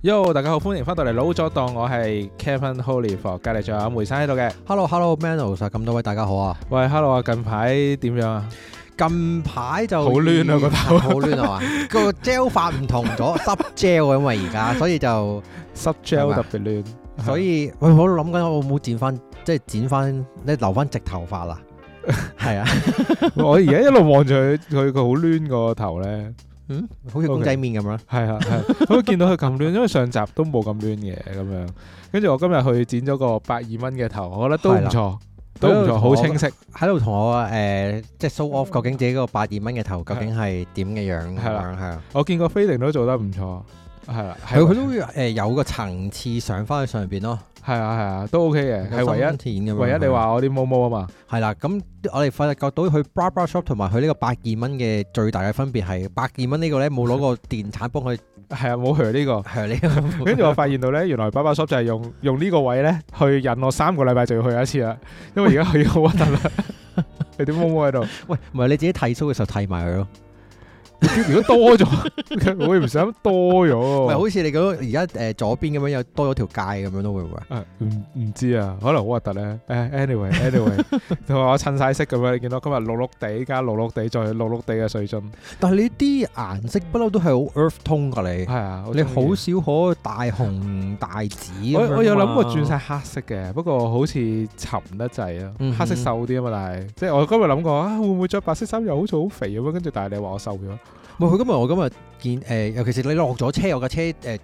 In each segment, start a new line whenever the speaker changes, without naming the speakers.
Yo，大家好，歡迎翻到嚟老作檔，我係 Kevin Holy f 隔離仲有阿梅生喺度嘅。
Hello，Hello，Manos，咁多位大家好啊！
喂，Hello 啊，近排點樣啊？
近排就
好攣啊個頭
好攣啊嘛， 個 gel 法唔同咗，濕 gel 啊因為而家，所以 就
濕
係
gel
嘛
特別亂，
所以喂，我諗緊我冇剪翻，即係剪翻，你留翻直頭髮 啦，係啊，
我而家一路望住佢，佢佢好攣個頭咧。
嗯，好似公仔面咁啦，
係啊，係啊，我見到佢咁攣，因為上集都冇咁攣嘅咁樣。跟住我今日去剪咗個百二蚊嘅頭，我覺得都唔錯，都唔錯，好清晰。
喺度同我誒即係 show off 究竟自己個百二蚊嘅頭究竟係點嘅樣咁
係啦
樣係啊，
我見過飛靈都做得唔錯，係啦，
佢
係
佢都會誒有個層次上翻去上邊咯，
係啊，係啊，都 OK 嘅，係唯一
一
唯一你話我啲毛毛啊嘛，
係啦，咁我哋發覺到佢 Bra Bra Shop 同埋佢呢個百二蚊嘅最大嘅分別係百二蚊呢個咧冇攞個電產幫佢啊
係啊，冇佢呢個。
向呢個，
跟住我發現到咧，原來爸爸 shop 就係用用呢個位咧去引我三個禮拜就要去一次啦，因為而家去好核突啦， 你啲毛毛喺度，
喂，唔係你自己剃鬚嘅時候剃埋佢咯，
如果多咗， 我又唔想多
喂，
咗，
好似你嗰而家誒左邊咁樣有多咗條界咁樣咯，會唔會啊？
啊唔唔知啊，可能好核突咧。誒，anyway anyway，同埋我襯晒色咁樣，你見到今日綠綠地加綠綠地再綠綠地嘅水樽，
但係你啲顏色不嬲都係好 earth tone 㗎你。
係啊，我
你
中意
好少可大紅大紫咁樣㗎嘛
我我有諗過轉晒黑色嘅，不過好似沉得滯啊，
嗯
黑色瘦啲啊嘛，但係即係我今日諗過啊，會唔會着白色衫又好似好肥咁樣，跟住但係你話我瘦咗，
唔係佢今日我今日見誒、尤其是你落咗車，我架車誒、呃、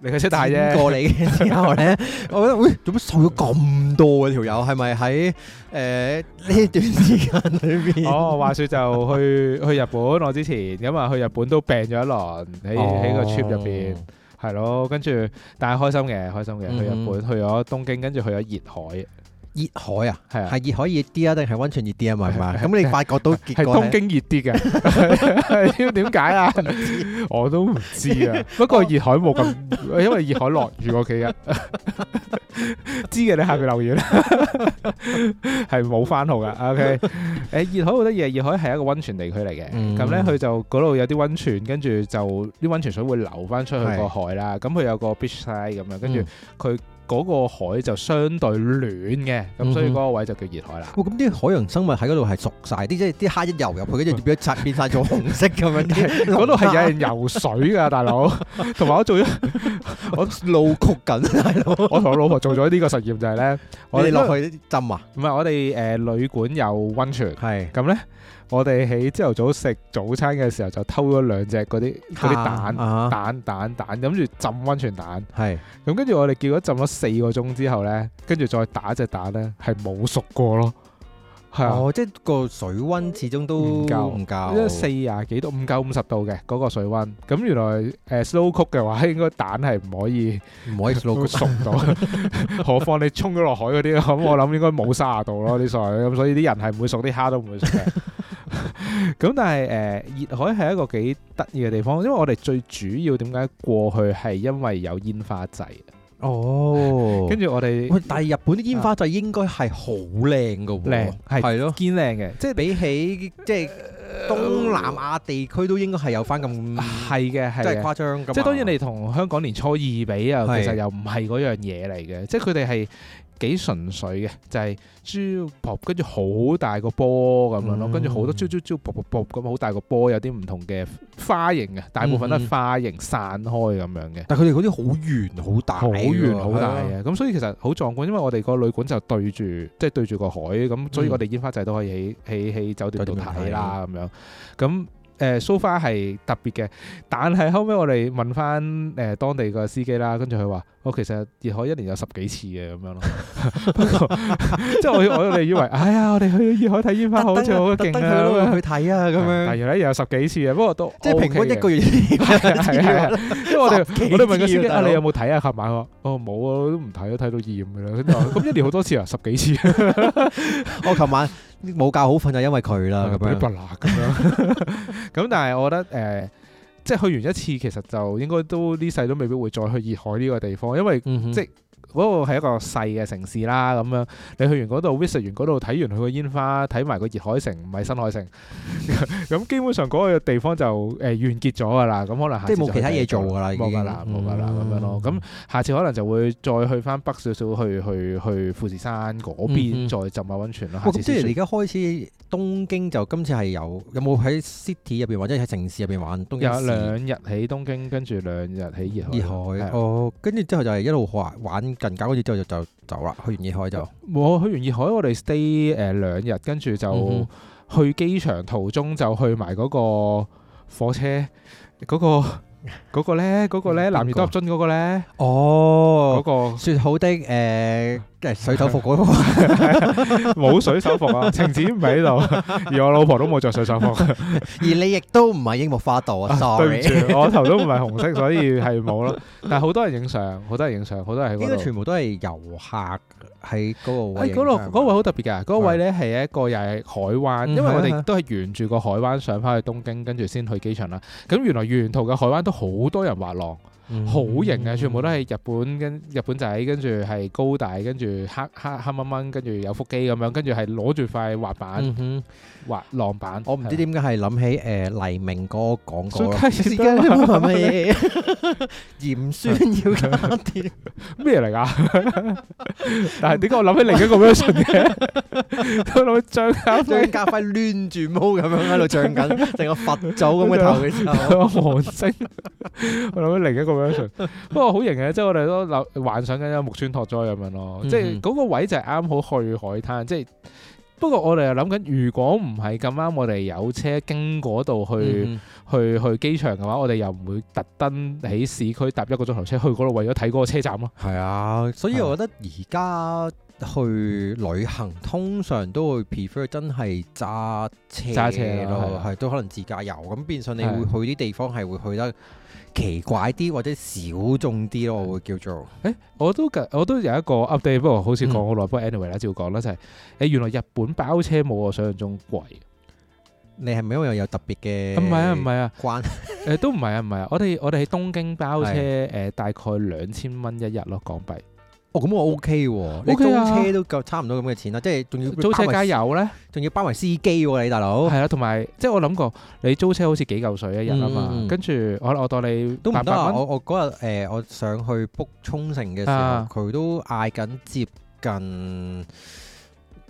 你嘅車大啫
剪。過你 嘅之後咧，我覺得喂，做乜瘦咗咁多嘅條友？係咪喺誒呢段時間裏 邊？
哦，話説就 去去日本，我之前咁啊去日本都病咗一輪喺
哦
喺個 trip 入邊，係咯，跟住但係開心嘅，開心嘅，去日
嗯
本去咗東京，跟住去咗熱
熱海啊，
海，係啊，
係熱海熱啲啊，定係温泉熱啲啊？嘛係嘛？
係
咁你發覺到
係
結果
東
係
京熱啲 嘅，知唔知點解啊？ 我都唔知 啊，不過熱海冇咁，因為熱海落雨嗰幾日， 知嘅你下面留 言啦，係冇番號噶，OK，誒熱海好得意啊，熱海係一個温泉地區嚟嘅。咁咧，佢就嗰度有啲温泉，跟住就啲温泉水會流翻出去個海啦。咁佢有個 beach side 咁樣，跟住
嗯
佢嗰個海就相對暖嘅，咁
嗯
所以
哼
嗰個位就叫熱海啦。
哇！咁啲海洋生物喺嗰度係熟晒啲，即係啲蝦一游入去，跟住變咗刷變晒咗紅色咁樣。
嗰 度係有人游水噶，大佬。同埋我做咗，
我路曲緊， 大佬。
我同我老婆做咗呢個實驗就係咧，我
我哋
哋
落去浸啊，
唔係我哋誒旅館有温泉，
係
咁咧我哋喺朝頭早食早餐嘅時候就偷咗兩隻嗰啲嗰啲蛋
啊，
蛋蛋蛋，諗住浸温泉蛋。
係
咁跟住我哋叫咗浸咗四個鐘之後咧，跟住再打隻蛋咧，係冇熟過咯，係啊，
哦，即係個水温始終都
唔夠
唔
因為
夠，
四廿幾度，唔夠五十度嘅嗰個水温。咁原來誒、呃 slow cook 嘅話， 應該蛋係唔可以
唔可以 slow
都 熟到，何況你沖咗落海嗰啲， 咁我諗應該冇卅度咯啲水，咁所以啲人係唔會熟，啲蝦都唔會熟 嘅。咁但係誒、呃熱海係一個幾得意嘅地方，因為我哋最主要點解過去係因為有煙花祭，
哦，
跟住我哋
喂，但係日本啲煙花祭應該係好靚噶喎，
靚係
係咯，
堅靚嘅，即係。
比起即係東南亞地區都應該係有翻咁，
係嘅，係
即係
嘅。
誇張咁。
即係當然你同香港年初二比啊，
係
其實又唔係嗰樣嘢嚟嘅，即係佢哋係幾純粹嘅，就係豬卜，跟住好大個波咁樣咯，
嗯
跟住好多豬豬豬卜卜卜咁好大個波，有啲唔同嘅花型嘅，大部分都
嗯嗯
係花型散開咁樣嘅。
但係佢哋嗰啲好圓好大，
好圓好大
係啊。
嘅，咁所以其實好壯觀，因為我哋個旅館就對住，即係對住個海，咁所以
嗯
我哋煙花祭都可以喺喺喺酒店度
酒店度
睇
睇
啦咁樣。咁誒 so far 係特別嘅，但係後尾我哋問翻誒當地個司機啦，跟住佢話：我其實熱海一年有十幾次嘅咁樣 咯。不過即係我我哋以為，哎呀，我哋去熱海睇煙花好似好勁啊咁樣，
去睇啊，咁
但係
樣
原來又有十幾次嘅，不過都
即係平均
OK
一
嘅
個月，
係 啊係啊係啊，因為我哋
十幾
我哋問個司
次
機
啊
啊，
大佬
你有冇睇啊？琴晚佢話哦冇啊，我都唔睇，都睇到厭嘅啦。跟住我 話咁一年好多次啊，十幾次啊，
我琴晚冇覺好瞓就因為佢啦，啊咁
咁樣
樣。
不啦咁樣。 咁但係我覺得誒，即係去完一次，其實就應該都呢世都未必會再去熱海呢個地方，因為
嗯哼
即係嗰個係一個細嘅城市啦，咁樣你去完嗰度 visit 完嗰度，睇完佢個煙花，睇埋個熱海城，唔係新海城， 咁基本上嗰個地方就誒、呃完結咗噶啦。咁可能下次
即係冇
就
其
去
他
第
嘢
二個
做㗎啦已經
冇㗎啦，冇㗎啦，咁樣咯。
嗯
咁下次可能就會再去翻北少少，去去去富士山嗰邊、
嗯哼
再浸下温泉咯。下
哇
次
咁即係
先
你而家開始東京就今次係有有冇喺算 city 入邊或者喺城市入邊玩東京
有
市
兩日喺東京，跟住兩日喺熱海。
熱海哦，跟住之後就係一路玩玩近搞嗰次之後就就走
哦
啦，去完熱海就
我去完熱海，我哋 stay 誒、兩日，跟住就。
嗯哼
去機場途中就去埋嗰個火車嗰、 個嗰個咧，嗰、嗯個啊咧
邊個
南越多入樽嗰個咧，嗰、
哦。
個啊
説好的誒，呃即係水 手服嗰個
冇水手服 啊，晴子唔喺度，而我老婆都冇着水 手服，
而你亦都唔係櫻木花道啊
對唔
，sorry，
住，我頭都唔係紅色，所以係冇咯。但係好多人影相，好多人影相，好多人喺
應
嗰
該
度。
全部都係遊客喺嗰個位
喺
影
哎嗰度
相
嗰個位好特別㗎，嗰個位咧係一個又係海灣，
嗯
因為我
係啊係
哋
啊
都係沿住個海灣上翻去東京，跟住先去機場啦。咁原來沿途嘅海灣都好多人滑浪。
嗯
好型啊！全部都係日本跟日本仔，跟住係高大，跟住黑黑黑掹掹，跟住有腹肌咁樣，跟住係攞住塊滑板、
嗯哼
滑浪板。
我唔知點解係啊諗起誒黎明哥講過
所以
咯，
卡士
時
多
間啊係咪 鹽酸要加 啲？
係啦咩嚟㗎？ 但係點解我諗起另一個 version 嘅？ 我諗起張家
張
輝
家輝攣住毛咁樣喺度唱緊， 成個佛祖咁嘅頭嘅 時候，
韓星，我諗起另一個 version。不過好型嘅，即係我哋都諗幻想緊有木村拓哉咁樣咯，即係
嗯
嗰個位就係啱好去海灘，即係。不過我哋又諗緊，如果唔係咁啱，我哋有車經嗰度去。
嗯
去去機場嘅話，我哋又唔會特登喺市區搭一個鐘頭車去嗰度，為咗睇嗰個車站咯。
係啊，所以我覺得而家去旅行通常都會 prefer 真係揸車
揸車咯係
咯
啊，
係都可能自駕遊咁，變相你
係
會去啲地方係啊會去得奇怪啲或者小眾啲咯，我會叫做
誒，我都近我都有一個 update，不過好似
嗯
講好耐，不過 anyway 啦，照講啦，就係、誒原來日本包車冇我想象中貴。
你係咪因為有特別嘅？
唔係啊，唔係啊，
關
誒、都唔係啊，唔係啊，我哋我哋喺東京包車誒、大概兩千蚊一日咯港幣，
哦，咁我 OK 喎，你租
OK 啊
車都夠差唔多咁嘅錢啦，即係仲要
租車
包埋
加，油咧，
仲要包埋司機喎，你大佬
係啦，同埋即係我諗過你租車好似幾嚿水一日啊嘛
嗯嗯，嗯
跟住我我當你
都
八
唔得
百
啊！
蚊
我我嗰日誒，我上去 book 沖繩嘅時候
啊，
佢都嗌緊接近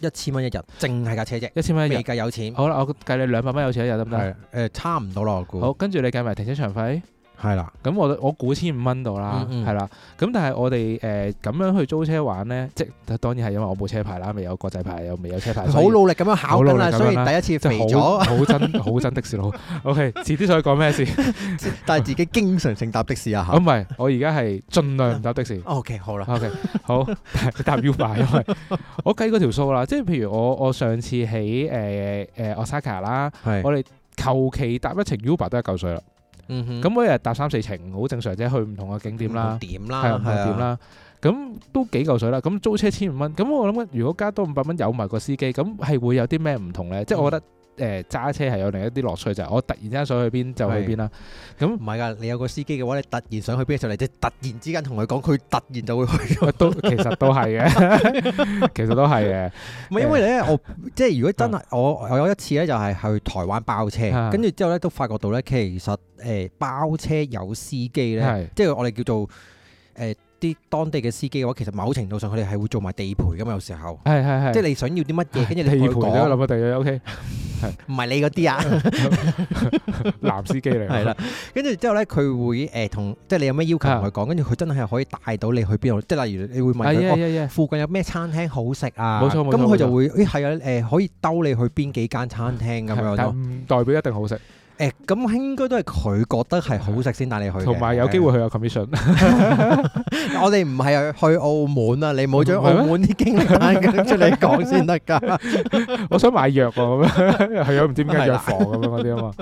一千蚊一日，淨係架車啫，
一千蚊一
未
日，
計有錢，
好啦，我計你兩百蚊有錢一日得唔得？
係誒差唔多啦，我估
好，跟住你計埋停車場費。
係啦，
咁我我估千五蚊度啦，
嗯嗯
係啦、咁但係我哋誒咁樣去租車玩呢，即係當然係因為我冇車牌啦，未有國際牌，又未有車牌，
好
所以
努力咁樣考緊啦，
好努力咁樣啦
雖然第一次
即
肥
係好
咗，
好憎好憎的士佬。OK，遲啲想講咩事？
但係自己經常性搭的士啊
啊唔係，我而家係盡量唔搭的士。
OK，好啦，
OK，好 搭 Uber，因為我計嗰條數啦，即係譬如我我上次喺誒誒 Osaka 啦，
係，
我哋求其搭一程 Uber 都係嚿水啦。
嗯
咁我一日搭三四程好正常啫，去唔同嘅景點啦。
點
係啊
啦
唔，同
係
點
啊，
啦。咁都幾嚿水啦。咁租車千五蚊，咁我諗緊，如果加多五百蚊有埋個司機，咁係會有啲咩唔同呢？即係我覺得誒揸、車係有另一啲樂趣，就係、我突然之間想去邊就去邊啦。咁
唔係㗎，你有個司機嘅話，你突然想去邊嘅時候，你即係突然之間同佢講，佢突然就會去。
都其實都係嘅，其實都係
唔係因為 咧，我即係如果真係我我有一次咧，就係去台灣包
啊
車，跟住之後咧都發覺到咧，其實誒包車有司機
嘅，
咧，
係
即係我哋叫做誒啲當地嘅司機嘅話，其實某程度上佢哋係會做埋地陪㗎嘛，有時候。
係係係。
即係啊你想要啲乜嘢，跟住
地
你
陪
同
都
佢講，
諗到地 o k
唔係你嗰啲啊，
男司機嚟㗎。
係啦。跟住之後咧，佢會誒同即係你有咩要求同佢講，跟住佢真係可以帶到你去邊度。即係例如你會問
哎
佢，
呀
哦
呀呀
附近有咩餐廳好食啊？
冇錯冇錯
咁
冇錯
佢就會，誒係啊，誒、可以兜你去邊幾間餐廳咁樣
但
咯。
唔代表一定好食，
誒咁、應該都係佢覺得係好食先帶你去嘅啊
同埋有機會。佢有 commission。
我哋唔係去澳門啊，你唔好將
唔係咩
澳門啲經歷單咁出嚟講先得㗎。
我想買藥喎，咁樣啊去咗唔知點解
係啦
藥房咁樣嗰啲啊嘛。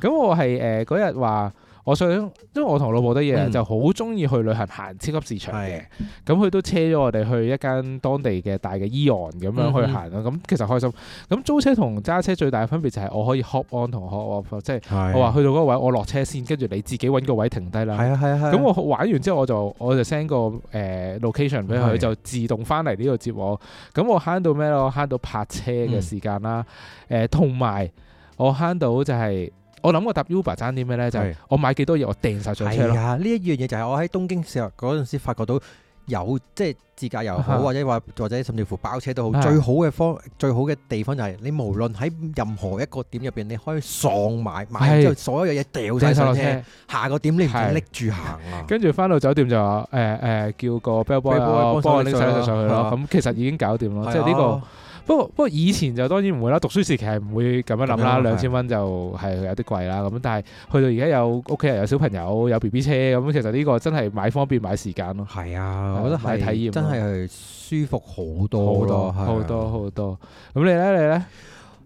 咁我係誒嗰日話，我想，因為我同老婆得嘢
嗯
就好中意去旅行行超級市場嘅，咁佢都車咗我哋去一間當地嘅大嘅 Eon 咁
嗯
樣去行啦，咁其實開心。咁租車同揸車最大嘅分別就係我可以 hop on 同 hop off，即係
係啊
我話去到嗰個位我落車先，跟住你自己揾個位停低啦。
係啊係啊係啊。
咁我玩完之後我就我就 send 個誒、呃 location 俾
係
佢，就自動翻嚟呢度接我。咁我慳到咩咯？我慳到泊車
嗯
嘅時間啦，誒同埋我慳到就係、我諗我搭 Uber 爭啲咩咧？就係、
係
我買幾多嘢，我掟晒上車
係
咯。
啊，呢一樣嘢就係我喺東京時候嗰陣時發覺到有即係自駕遊
啊
好，或者話或者甚至乎包車都好，
啊
最好嘅方最好嘅地方就係你無論喺任何一個點入邊，你可以喪買，買完之後所有嘢掉晒
掟晒
上
落
車
車，，
下個點你唔使
係
拎住行啊。
跟住翻到酒店就話誒誒叫個 bellboy 啊
Bellboy 幫手
幫我
拎
拎晒
上
上
去
去咯
啊。
咁其實已經搞掂咯，即係呢個
個。
不過不過以前就當然唔會啦，讀書時期係唔會咁樣諗啦，
咁樣啊
兩千蚊就係有啲貴啦。咁但係去到而家有屋企人有小朋友有 B B 車咁，其實呢個真係買方便買時間咯，
係啊，
係
我覺得
買
係
體驗咯
真係舒服好多
好
好
多好多。
多係啊
好多。咁你咧你咧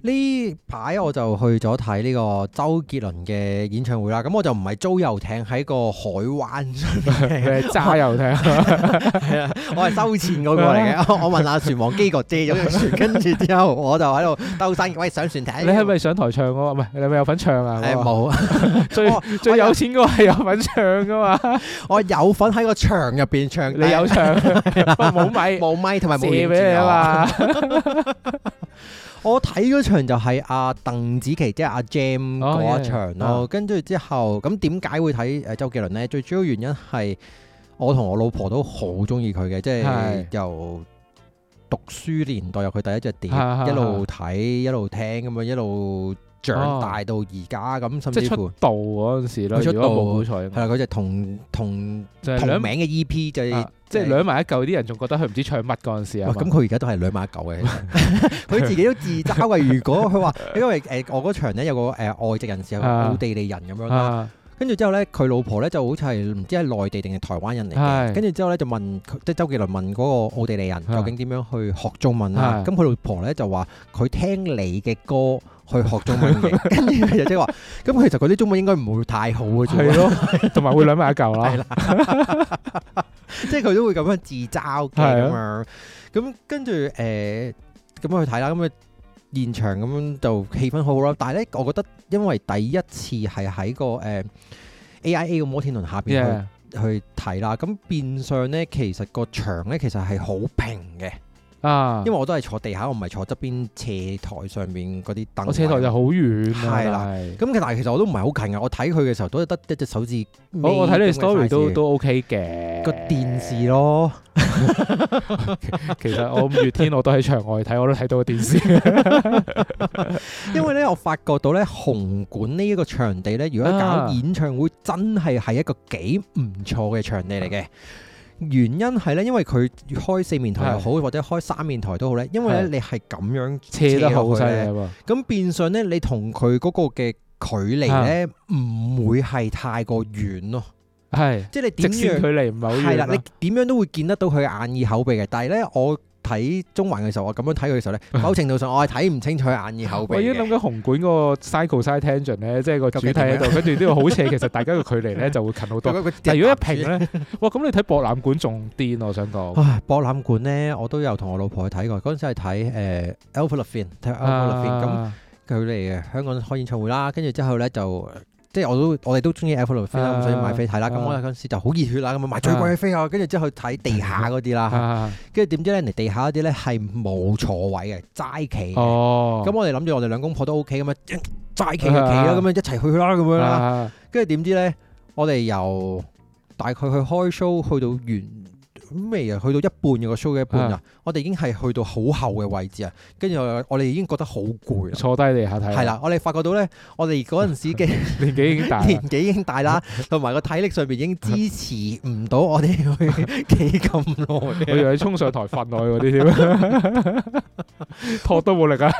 呢排我就去咗睇呢個周杰倫嘅演唱會啦，咁我就唔係租遊艇喺個海灣上面
你係揸遊艇啊
係啊，我係收錢嗰個嚟嘅。我問阿船王基哥借咗個船，跟住之後我就喺度兜生意，喂上船睇。
你係咪上台唱嗰個？唔係你係咪有份唱啊？
啊誒
嗰個
冇？我
最最有錢嗰個係有份唱噶 嘛？
我有份喺個場入邊唱，
你有唱，不過冇米
冇咪同埋冇
借
影
俾你
子
啊嘛？
我睇嗰場就係阿鄧紫棋，即係阿 Jam
哦
嗰
yeah，
一場
啊
咯。跟住之後，咁點解會睇誒周杰倫呢？最主要原因係我同我老婆都好中意佢嘅，即係
係
由讀書年代由佢第一隻碟
係係
一路睇一路聽咁樣一路長大到而家咁，甚
哦即係
至
出
乎
道嗰陣時咯，
佢出
如果冇好
係
彩，
啦，佢就同同
就係
同
兩
名嘅 EP 就係
啊即係兩埋一嚿，啲人仲覺得佢唔知唱乜嗰陣時啊
哇！
嘛。
咁佢而家都係兩碼九嘅， 其實佢自己都自嘲嘅。如果佢話，因為誒、我嗰場咧有個誒、外籍人士，有個
啊
奧地利人咁樣啦，
啊，
跟住之後咧，佢老婆咧就好似係唔知係內地定係台灣人嚟嘅，
係
跟住之後咧就問佢，即係周杰倫問嗰個奧地利人
啊
究竟點樣去學中文啦。
啊
咁佢老婆咧就話佢聽你嘅歌去學中文嘅， 跟住佢就即係話，咁其實佢啲中文應該唔會啊太好嘅啫
係
喎，
咯，同埋會兩埋一嚿啦。
即係佢都會咁樣自嘲嘅咁
係啊
樣。咁跟住誒咁樣去睇啦，咁啊現場咁樣就氣氛好好啦。但係咧，我覺得因為第一次係喺個誒、呃 AIA 個摩天輪下邊去
Yeah，
去睇啦，咁變相咧其實個場咧其實係好平嘅，
啊，
因為我都係坐地下，我唔係坐側邊斜台上面嗰啲凳。
我車台就好遠啊。
係啦
但係，
咁，但係其實我都唔係好近嘅。我睇佢嘅時候都得一隻手指尾咁嘅 size。
我我睇你 story 都都 OK 嘅。
個電視，咯。
其實我五月天我都喺場外睇，我都睇到個電 視。
因為咧，我發覺到咧，紅館呢一個場地咧，如果搞
啊
演唱會，真係係一個幾唔錯嘅場地嚟嘅。原因係咧，因為佢開四面台又好，或者開三面台都好咧，因為咧你係咁樣
車得好犀利
斜
啊嘛！
咁變相咧你同佢嗰個嘅距離咧
啊
唔會係太過遠咯，
係
即係你點
直線
樣
距離唔係好遠
係
啊
啦，
啦。
你點樣都會見得到佢眼耳口鼻嘅。但係咧，我睇中環嘅時候，我咁樣睇佢嘅時候咧，某程度上我係睇唔清楚佢眼耳口鼻
我已經
嘅
諗緊紅館嗰個 cycle side tangent 咧，即係個主體 喺度，跟住呢個好斜，其實大家嘅距離咧就會近好多。但係如果一平咧， 哇！咁你睇博覽館仲癲，我想講。
唉，博覽館咧，我都有同我老婆去睇過。嗰陣時係睇誒 Alpha l a f i n 睇 Alpha l a f i n 咁
啊
佢嚟誒香港開演唱會啦，跟住之後咧就即係我都我哋都中意 Alpha l a f i n 啦，咁所以買飛睇啦。咁
啊
我嗰陣時就好熱血啦，咁啊買最貴嘅飛啊，跟住之後睇地下嗰啲啦，
啊
跟住點知咧人哋地下嗰啲咧係冇座位嘅，齋企嘅。
哦，
咁我哋諗住我哋兩公婆都 OK 咁啊，齋企就企啦，咁樣啊一齊去啦，咁樣啦。
啊
跟住點知咧，我哋由大概去開 show 去到完未啊，去到一半嘅個 show 嘅一半啊，我哋已經係去到好後嘅位置啊，跟住我我哋已經覺得好攰 啦。
坐低地下睇，
係，啦，我哋發覺到咧，我哋嗰陣 時嘅
年紀已經大啦，
年紀已經大啦，同埋個體力上邊已經支持唔到我哋 去企咁
我
耐
以
啊。
為你衝上台瞓落 去嗰啲添，托都冇力啊！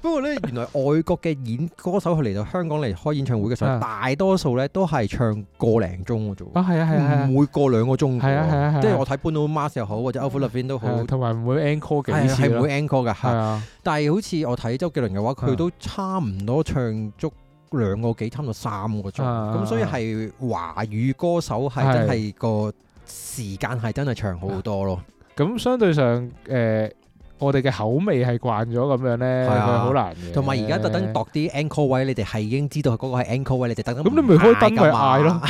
不過咧，原來外國嘅演歌手佢嚟到香港嚟開演唱會嘅時候，
啊
大多數咧都係唱個零鐘嘅啫喎。
啊，係啊，係啊，
唔會過兩個鐘㗎喎
係啊係啊係啊
即係我睇 Bruno Mars 又好，或者 Avril l a v i n 都好，
係啊
係
同埋唔會 encore 幾次
係唔
啦，
會 encore
係
㗎。係
啊，
但係好似我睇周杰倫嘅話，佢
啊
都差唔多唱足兩個幾，差唔多三個鐘，咁、
啊
所以係華語歌手係
係啊
真係個時間係真係長好多咯。
咁相對上誒，我哋嘅口味係慣咗咁樣咧，
係
佢
啊
好難嘅。
同埋而家特登度啲 anchor 位，你哋係已經知道嗰個係 anchor 位，你哋特登
咁你咪開燈咪嗌咯，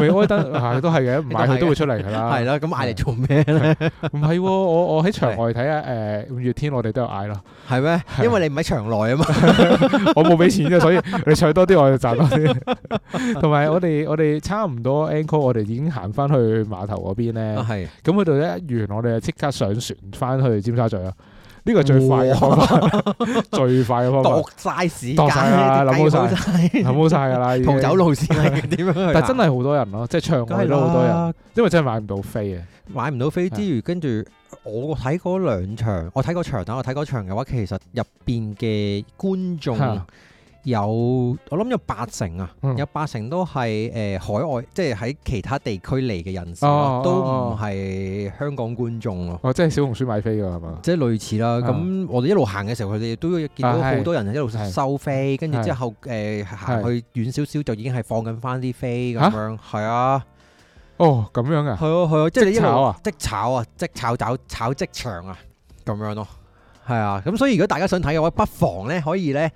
未開 燈係都係嘅，唔買佢都會出嚟㗎啦。
係啦，咁嗌嚟做咩咧？
唔係喎，我我喺場外睇下誒五月天，我哋都有嗌咯。
係咩？因為你唔喺場內啊嘛。
我冇俾錢啫， 所以你唱多啲我就賺多啲。 同埋我哋我哋差唔多 anchor，我哋已經行翻去碼頭嗰邊咧
啊。係，
咁佢度一完，我哋就即刻上船翻去尖沙咀啦。呢個係最快嘅方法， 最快嘅方法，
度晒時間，
度晒啦
啲
諗好晒
計 晒
諗好晒㗎啦。已經
逃走路線係點樣去？
但真係好多人咯，即係場
梗
外
係
都好多人，
啦，
因為真係買唔到飛啊。
買唔到飛之餘，跟住我睇嗰兩場，我睇嗰場啦，我睇嗰場嘅話，其實入邊嘅觀眾
嚇
有我諗有八成啊，
嗯
有八成都係誒、呃海外，即係喺其他地區嚟嘅人士
哦
咯，都
哦
唔係香港觀眾咯。
哦，即係小紅書買飛㗎係嘛？
即係類似啦，
啊
咁我哋一路行嘅時候，佢哋都見到
啊係
好多人一路
係
收飛，跟住
係
之後誒行去遠少少就已經係放緊翻啲飛咁
嚇
樣，係啊，
哦，咁樣啊？
係啊，係啊，即係你一
即炒
路
啊
即炒啊，即炒炒炒即場啊，咁樣咯，係啊，咁所以如果大家想睇嘅話，不妨咧可以咧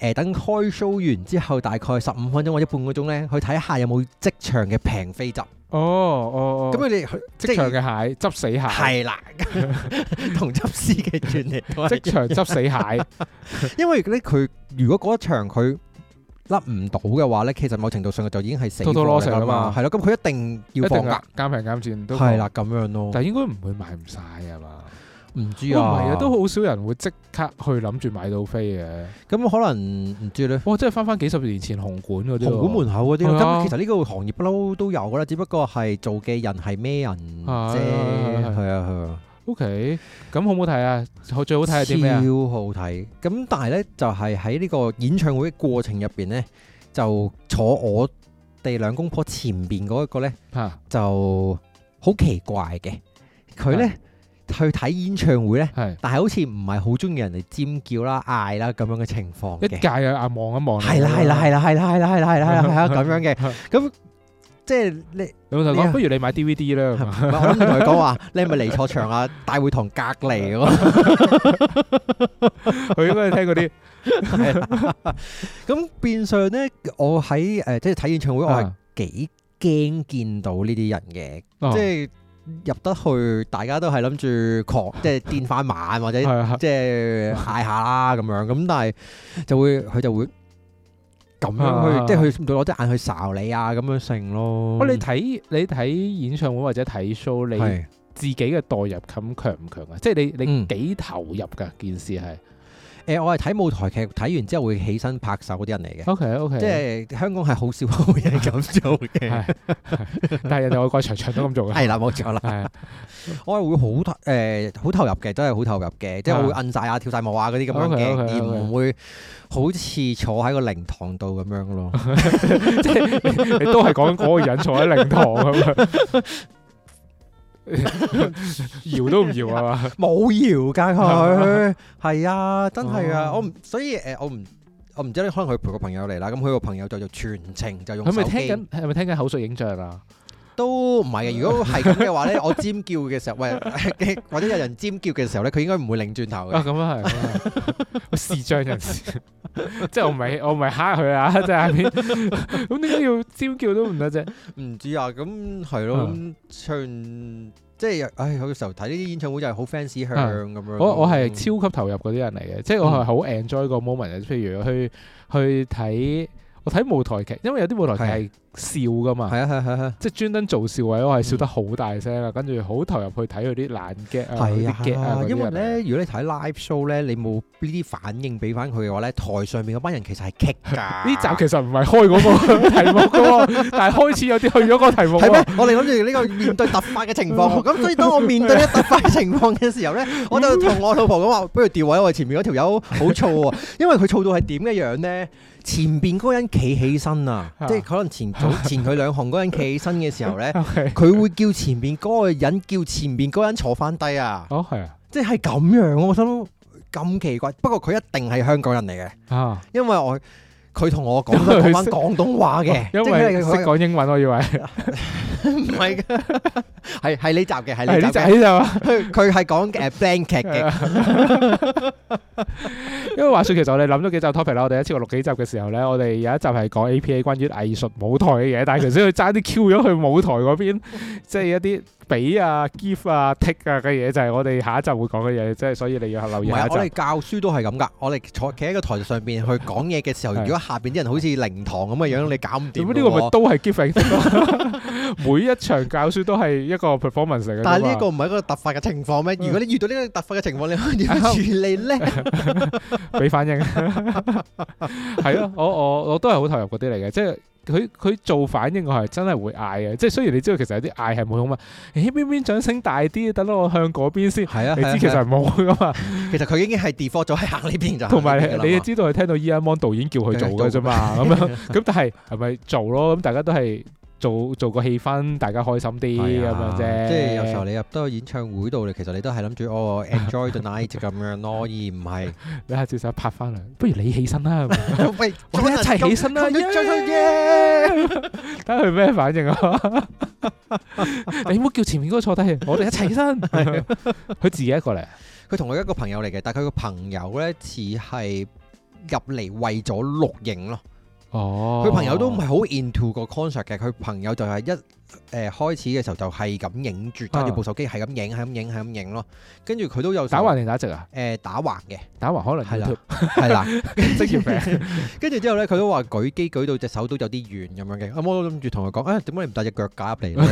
誒等開 show 完之後，大概十五分鐘或者半個鐘咧，去睇下有冇即場嘅平飛集，
哦哦
咁
哦，
佢哋去
即場嘅蟹執死蟹，
係啦， 同執師嘅原理都係一樣
即場執 死蟹，
因為咧佢如果嗰一場佢甩唔到嘅話咧，其實某程度上就已經係死火
Total loss
㗎啦
嚟㗎嘛
嘛，係咯，咁佢一定
一
要
定
放
㗎
㗎，
監平監戰都
係啦，咁樣咯，
但應該唔會買唔晒啊嘛？
唔知
唔
啊，
係啊，都好少人會即刻去諗住買到飛嘅。
咁可能唔知咧。
哇！真係翻翻幾十年前紅館嗰啲喎，
紅館門口嗰啲咯，
係啊
咁其實呢個行業不嬲都有㗎啦，只不過係做嘅人係咩人啫，
係係係
係啊係啊。
OK，咁好唔好睇啊？好最好睇係啲咩啊？
超好睇。咁但係呢，就係喺呢個演唱會嘅過程入邊呢，就坐我哋兩公婆前邊嗰一個呢，
嚇
就好奇怪嘅。佢呢，去睇演唱會呢，
係
但係好似唔係好中意人哋尖叫啦、嗌啦咁樣嘅情況
一
嘅。
屆啊！望一望你
係啦係啦係啦係啦係啦係啦係啦 係啦咁樣嘅。咁即係你。
你老實
你
講，
啊
不如你買 DVD 啦咁啊。
唔係我諗住同 佢講話，你係咪嚟錯場啊？大會堂隔離喎。
佢應該聽嗰啲
咁變相咧，我喺誒、呃即係睇演唱 會，我係
啊
幾驚見到呢啲人嘅，
哦
即係入得去，大家都係諗住狂， 即係電翻晚或者
係啊
即係嗌下啦咁樣。咁但係就會佢就會咁
啊
樣去，即係佢攞隻眼去睄你啊，咁樣成咯。
哦喂，你睇你睇演唱會或者睇 show，你
係
自己嘅代入感強唔強啊？即係你你
嗯
幾投入㗎件事係
誒，我係睇舞台劇，睇完之後會起身拍手嗰啲人嚟嘅。
OK OK，
即係香港係好少會有人咁做嘅，
啊係 但係人哋外國場場都咁做㗎，
係啦，冇錯啦。
係
我係會好投誒好投入嘅，真係好投入嘅，即係
啊
我會摁晒啊、跳晒舞啊嗰啲咁樣
OK，OK，OK
嘅，而唔會好似坐喺個靈堂度咁 樣咯。
即係你你都係 講嗰個人坐喺靈堂咁樣。搖都唔搖啊嘛，
冇搖㗎 佢，係啊，真係啊，
哦
我唔所以誒，我唔我唔知咧，可能佢陪個朋友嚟啦，咁佢個朋友就就全程就用
佢咪
手
聽
機，
緊係咪聽緊口述影像啊？
都唔係嘅。如果係咁嘅話咧，我尖叫嘅時候，喂， 或者有人尖叫嘅時候咧，佢應該唔會擰轉頭
啊
嘅。
咁啊係咁啊係，視障人士，即係我唔係我唔係蝦佢啊， 即係下邊咁點解要尖叫都唔得啫？
唔知啊，咁係咯，咁唱即係唉，有時候睇呢啲演唱會就係好 fans 向咁樣咯。
啊我我係超級投入嗰啲人嚟嘅，即係我係好 enjoy 個 moment 嘅。譬如去去睇我睇舞台劇，因為有啲舞台劇係笑噶嘛，
係啊係啊係啊
即係專登做笑位，我係笑得好大聲啊，跟住好投入去睇佢啲爛 get 啊，佢
嗯係
啲 get 啊
啊，
嗰啲
因為
人嚟
咧，如果你睇 live show 咧，你冇呢啲反應俾翻佢嘅話咧，台上面嗰班人其實係棘㗎。
呢集其實唔係開嗰個題目嘅 喎，但係開始有啲去咗個題目
係
喎。，。
咩？我哋諗住呢個面對突發嘅情況喎，咁所以當我面對呢個突發嘅情況嘅時 候咧，我就同我老婆講話，不如調位，我哋前面嗰條友好燥喎，因為佢燥到係點嘅樣咧？前邊嗰個人企起身啊即係可能前早 前佢兩行嗰個人企起身嘅時候咧
OK，
佢會叫前面嗰個人叫前面嗰個人坐翻低啊，
哦係啊，
即係咁樣，我心諗咁奇怪。不過佢一定係香港人嚟嘅，
啊
因為我 佢同我講都講翻廣東話嘅，
哦因
為
為識講英文，我以為
唔係嘅， 係係呢集嘅，係
係呢
呢
啊
集
仔
嘅。
就嘛。
佢佢係講誒 blanket 嘅，
啊
啊
因為話說其實我哋諗咗幾集 topic 啦，我哋一次過錄幾集嘅時候咧，我哋有一集係講 APA 關於藝術舞台嘅嘢，但係其實佢爭啲 Q 咗去舞台嗰 邊，即係一啲俾啊、give 啊、take 啊嘅嘢，就係我哋下一集會講嘅嘢，即係所以你要留
唔
意下
係啊
一
我哋
集。
教書都係咁噶。我哋坐企喺個台上邊去講嘢嘅時候，
係
如果下邊啲人好似靈堂咁嘅樣，你搞唔掂
咁
㗎
呢個咪
喎。
都係 give and take 咯 每一場教書都係一個 performance 嚟嘅啫嘛。
但係呢個唔係一個突發嘅情況咩？如果你遇到呢個突發嘅情況，你可以點樣處理咧？
俾反 應，係咯，我我我都係好投入嗰啲嚟嘅，即係佢佢做反應，我係真係會嗌嘅，即係雖然你知道其實有啲嗌係冇用嘛，誒邊邊掌聲大啲，等我向嗰邊 先，
係啊，
你
係啊
知其實係冇 噶嘛，
其實佢已經係 default 咗喺 行呢邊就行呢邊㗎啦嘛。
同埋你你知道係聽到 Ian Mon 導演叫佢做嘅啫 嘛，咁樣咁但係係咪做咯？咁大家都係做做個氣氛，大家開心啲咁
係
樣
啊
啫，
即係有時候你入到去演唱會度，你其實你都係諗住哦 enjoy the night 咁樣咯，而唔係
你下次想拍翻嚟，不如你起身啦，咁樣
喂
我哋一齊起身啦，
咁
耶
咁張開耶！
睇下佢咩反應啊！ 你唔好叫前面嗰個坐低，我哋一齊起身。 佢自己一個嚟，
佢同佢一個朋友嚟嘅，但係佢個朋友咧似係入嚟為咗錄影咯。
哦
佢朋友都唔係好 into 個 concert 嘅，佢朋友就係一誒、呃、開始嘅時候就係咁影住揸住部手機，係咁影，係咁影，係咁影咯。跟住佢都有時
打
候
橫定打直啊？
誒、打橫 嘅，
打橫可能
係啦
要貼
係啦。
職業病，
跟住之後咧，佢都話舉機舉到隻手都有啲軟咁樣嘅。咁我諗住同佢講，啊點解你唔帶隻腳架入嚟咧？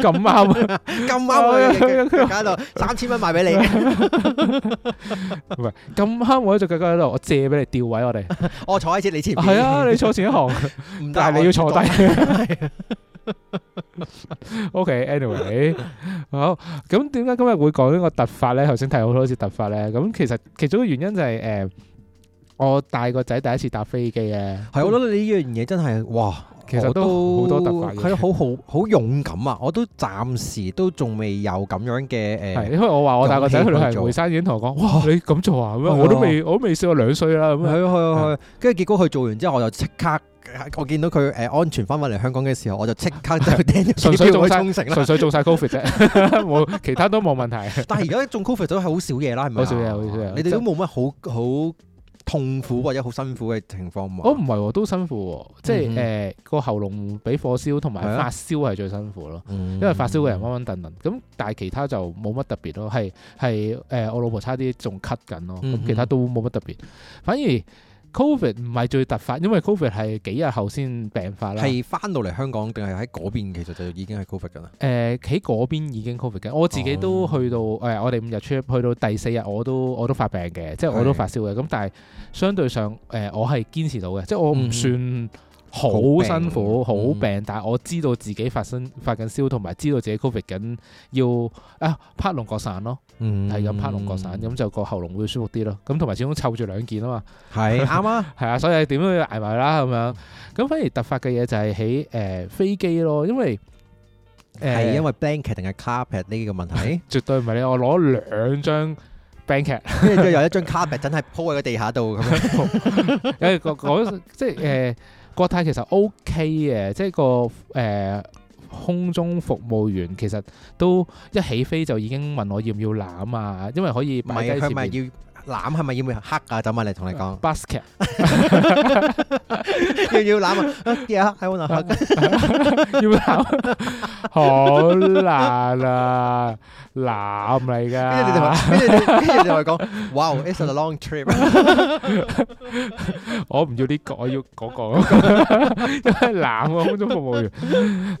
咁啱啊！
咁啱我有隻 腳架喺度，三千蚊賣俾你。
咁啱我一隻腳腳喺度，我借俾你調位我 哋。
我坐喺前你前邊。
係啊，你坐前一行，
唔得，
但係你
我
要坐低
唔。
OK，anyway，好。咁點解今日會講呢個突發咧？頭先睇好多次突發咧。咁其實其中嘅原因就係誒，我帶個仔第一次搭飛機嘅。
係，我覺得你呢樣嘢真係哇，
啊其實都
我
好多突發嘢
係啊好好好勇敢啊！我都暫時都仲未有咁樣嘅
係，
誒，
因為我話我帶個仔去旅
勇氣去
行
做
回山已經同我講，哇，你咁做啊？咁樣
係啊
我都未，我都未試過兩歲啦，咁
係
樣
啊係啊係啊，跟住結果佢做完之後，我就即刻。我見到佢誒安全翻返嚟香港嘅時候，我就即 刻就訂咗
純
機
粹
票
中
去
晒
沖繩啦
純。粹中晒 Covid 啫， 冇其他都冇問題。
但係而家中 Covid 都係好少嘢啦，係咪啊？
好少嘢好少嘢
你哋都冇乜好好痛苦或者好辛苦嘅情況嘛？
我哦唔係喎，都辛苦喎，即
嗯
係誒個喉嚨俾火燒同埋
係啊嗯
發燒係最辛苦咯。
因
因為發燒嘅人啊暈暈頓頓，咁但係其他就冇乜特別咯，係係誒我老婆差啲仲咳緊咯，
嗯
咁其他都冇乜特別。反而 Covid 唔係最突發，因為 Covid 係幾日後先病發啦。
係翻到嚟香港定係喺嗰邊，其實就已經係 Covid 㗎啦。
誒呃喺嗰邊已經 covid 嘅，我自己都
哦
去到誒、我哋五日 trip 去到第四日，我都我都發病嘅，即係我都
係
發燒嘅。咁但係相對上誒、呃我係堅持到嘅，即係我唔
嗯
算好
好
辛
病
苦、好
嗯
病，但係我知道自己發生發緊燒，同埋知道自己 covid 緊，要啊拍龍角散咯，
嗯
係咁拍龍角散，咁就個喉嚨會舒服啲咯。咁同埋始終湊住兩件啊嘛。
係啱啊！
係啊，所以點都要捱埋啦咁樣。咁反而突發嘅嘢就係喺誒飛機咯，因為呃誒、
係因為 blanket 定係 carpet 呢個問 題，
絕對唔係你，我攞兩張 bank 劇，
跟住又有一張 carpet 真係鋪喺個地下度咁樣。
因為個嗰即係誒、呃、國泰其實 O K 嘅，即係個誒、呃空中服務員其實都一起飛就已經問我要唔要攬啊，因為可以
唔
擺
係
低
佢
前
咪
面
要攬，係咪要黑啊？走埋嚟同你 講，
basket，
要要攬啊！啊！Yeah, I wanna hug
要攬，好難啊，攬嚟
跟住你
㗎。
就跟住你跟住你就講，Wow, it's a long trip。
我哦唔要呢、個，我要嗰、個， 因為男嘅空中服務 員，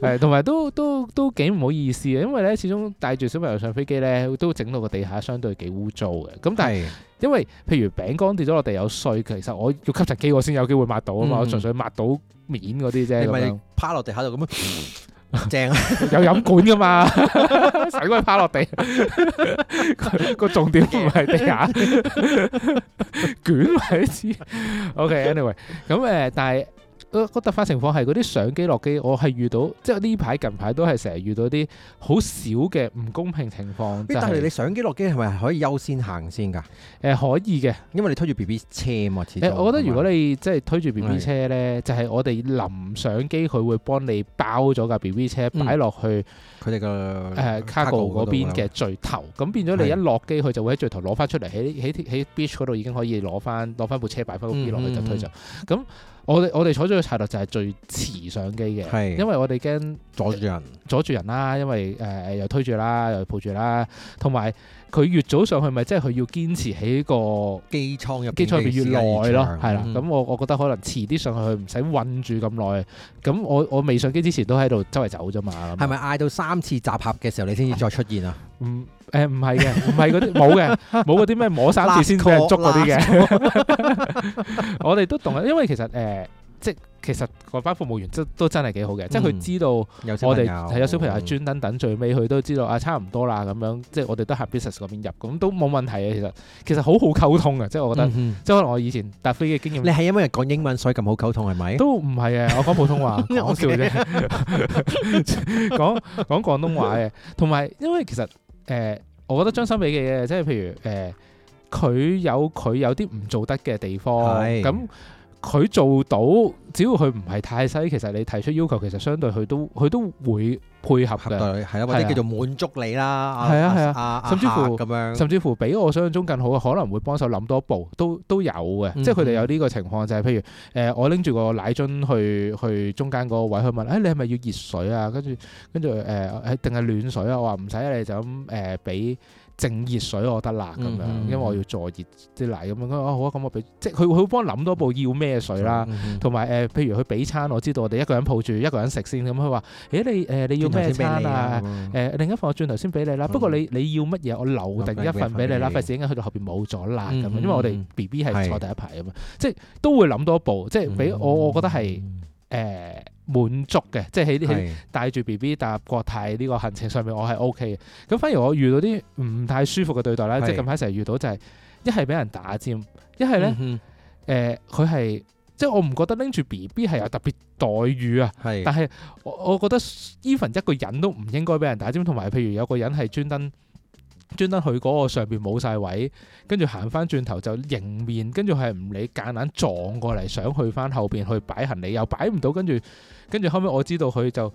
誒同埋都都都幾唔好意思嘅，因為咧始終帶住小朋友上飛機咧，都整到個地下相對幾污糟嘅。咁 但係
係
因為譬如餅乾跌咗落地有碎，其實我要吸塵機我先有機會抹到啊嘛，
嗯
我純粹抹到面嗰啲啫
你
咁
咪
樣。
趴落地下度 咁樣，正啊！
有飲管噶嘛， 使鬼趴落地。 個個重點唔係地下，捲埋一支。OK，anyway，咁誒，但係呃個突發情況係嗰啲相機落機，我係遇到即係呢排近排都係成日遇到啲好少嘅唔公平情況，就
咦但係你
係
相機落機係咪可以優先行先㗎？
誒可以嘅。
因為你推住 B B 車嘛，始
誒，
終
我覺得如
係
果
嘛
你即係推住 B B 車咧，就係我哋臨上機，佢會幫你包咗架 B B 車
嗯
擺落去
佢哋個
誒 cargo 嗰邊
啊
嘅最頭，咁變咗
係
你一落機，佢就會喺最頭攞翻出嚟，喺喺喺 beach 嗰度已經可以攞翻攞翻部車擺翻個 B 落去就推上。咁我哋我哋採取嘅策略就係最遲上機嘅，
係
因為我哋驚
阻住人，
阻住人啦，因為誒、呃又推住啦，又抱住啦，同埋佢越早上去咪即係佢要堅持喺個
機嗯艙入
機艙入
面
面越耐嗯咯，係啦。咁
咁
我我覺得可能遲啲上去唔使困住咁耐。咁我我未上機之前都喺度周圍走啫嘛。咁
係咪嗌到三次集合嘅時候你先至再出現啊？
唔誒唔係嘅，唔係嗰啲冇嘅，冇嗰啲咩摸三次先俾人捉嗰啲嘅。 我哋都懂嘅，因為其實誒、呃即係其實嗰班服務員都都真係幾好嘅，即係佢
嗯
知道。
有小
我
朋
哋
友嗯
係有啊小朋友係專登等最尾，佢都知道啊，差唔多啦咁樣，即係我哋都喺 business 嗰邊入，咁都冇問題嘅。其實其實好好溝通嘅，即係我覺得，
嗯哼
即係可能我以前搭飛嘅經
你
驗
係因為講英文所以咁好溝通係咪？
都唔係嘅，我講普通 話講
OK
笑啫， 講講廣東話嘅，同埋因為其實誒、呃我覺得將心比己嘅，即係譬如誒，呃佢、有佢有啲唔做得嘅地方，
係
咁。佢做到，只要佢唔係太西，其實你提出要求，其實相對佢都佢都會配合
合
嘅。
對係啦，或者
係啊
叫做滿足你啦，
係啊係啊
啊
甚至乎
咁樣，
甚至乎比我想象中更好嘅，可能會幫手諗多步，都都有嘅。
嗯
即係佢哋有呢個情況，就係、譬如誒、呃我拎住個奶樽去去中間嗰個位，佢問：誒、你係咪要熱水啊？跟住跟住誒誒，定係暖水啊？我話唔使啊，你就咁誒俾淨熱水我得啦咁樣，
嗯嗯
因為我要助熱啲奶咁樣。佢話哦好啊，咁我俾即係佢佢會幫我諗多步要咩水啦。
嗯哼，
同埋誒，譬如佢俾餐，我知道我哋一個人抱住，一個人食先咁。佢話：誒你誒、呃你要咩餐啊？誒、
嗯
另一份我轉頭先俾你啦，不過你你要乜嘢我留定一份俾你啦，
嗯
費事應該去到後邊冇咗啦咁
嗯
樣，因
嗯
為我哋
嗯
B B
係
係坐第一排啊咁嘛，即係都會諗多一步，即係俾我我覺得係誒、
嗯
滿足嘅，即係喺喺
係
帶住 B B 搭國泰呢個行程上面我係 O K 嘅，咁反而我遇到啲唔太舒服嘅對待啦，
係
即係近排成日遇到就係一係俾人打尖，一係咧
嗯
誒佢係即係我唔覺得拎住 B B 係有特別待遇啊。
哼係
但係我我覺得 even 一個人都唔應該俾人打尖，同埋譬如有個人係專登專登去嗰個上邊冇晒位，跟住行翻轉頭就迎面，跟住係唔理夾硬撞過嚟，想去翻後邊去擺行李，又擺唔到，跟住跟住後尾我知道佢就。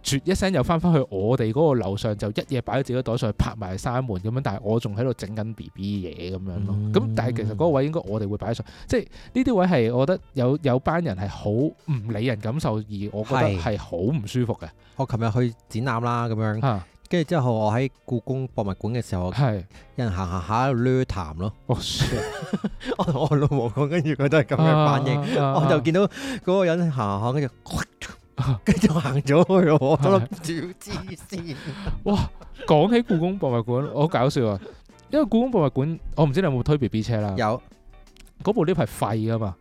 啜一聲又翻返去我哋嗰個樓上，就一嘢擺喺自己個袋上，拍埋閂門咁樣。但係我仲喺度整緊 B B 嘢咁樣咯。咁、
嗯
但係其實嗰個位應該我哋會擺上，即係呢啲位係我覺得有有班人係好唔理人感受，而我覺得
係
係好唔舒服嘅。
我琴日去展覽啦，咁樣，
嚇，
跟住之後我喺故宮博物館嘅時候，
係，哦
有人行行下喺度掠談咯，
我 shit，
我同我老母講，跟住佢都係咁樣反應。
應，啊
我就見到嗰個人行下，跟住跟住行咗去，我都諗住黐線。
哇！講起故宮博物館，我好搞笑啊！因為故宮博物館，我唔知你有冇推 B B 車啦，
有
嗰部 lift 係廢噶嘛，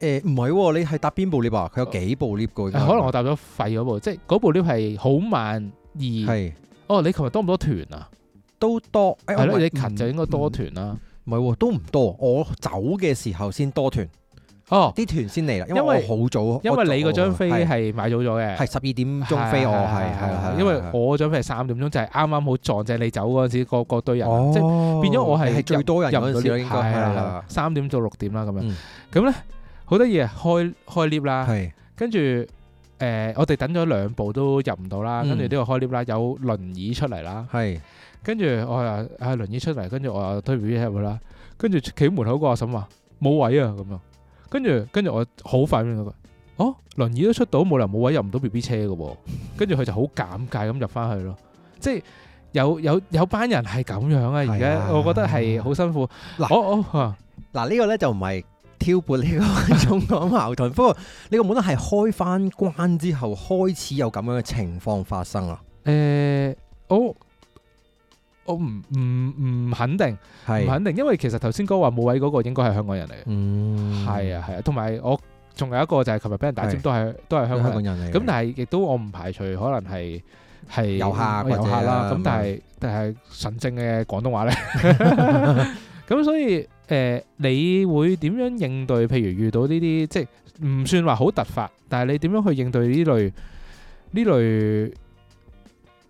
誒唔係喎，你係搭邊部 lift 啊？佢有幾部 lift
可
㗎？
能我搭咗廢嗰部，即係嗰部 lift 係好慢而
係
哦，你琴日多唔多團啊？
都多，誒
係
我嗯
咯，
唔
你近就應該多團啦。
唔係喎，都唔多。我走嘅時候先多團，
哦，
啲團先嚟啦，因為
因為
我好早，
因為你嗰
嗰
張飛係買早咗嘅，
係十二點鐘飛，我係係係，
因為我張飛係三點鐘，就係啱啱好撞正你走嗰陣時，個個堆人，即係
係
變咗我
係
係
最多人
入
哦
唔
嗰陣
到
時啦，應
lift
該
係
係
啦
啦，，
三點到六點啦咁樣
嗯。
咁咧好得意啊，開開 lift 啦，
係
跟住誒我哋等咗兩步都入唔到啦，
嗯
跟住呢個開 lift 啦，有輪椅出嚟啦，
係
跟住我又啊輪椅出嚟，跟住我又推 B B 入去啦，跟住企喺門口個阿嬸話冇位啊咁樣，跟住跟住我好快咁樣，哦輪椅都出到，冇理由冇位入唔到 B B 車嘅喎，跟住佢就好尷尬咁入翻去咯，即係有有有班人係咁樣啊，而
係
家
啊
我覺得係好辛苦。
嗱
我我啊
嗱呢個咧就唔係。挑撥呢個 中港矛盾，不過你個冇得係開翻關之後開始有咁樣嘅情況發生啊啦，
誒呃我我唔唔唔肯定，唔
係，
肯定，因為其實頭先講話冇位嗰個應該係香港人嚟嘅。
嗯，
係啊係啊，同埋我仲有一個就係琴日俾人打尖
係
都係都係香港人，
人嚟嘅，
咁但係亦都我唔排除可能係係
遊客
遊客啦，
或者
咁但係但係純正嘅廣東話 咧，咁所以誒、呃你會點樣應對？譬如遇到呢啲即係唔算話好突發，但係你點樣去應對呢類呢類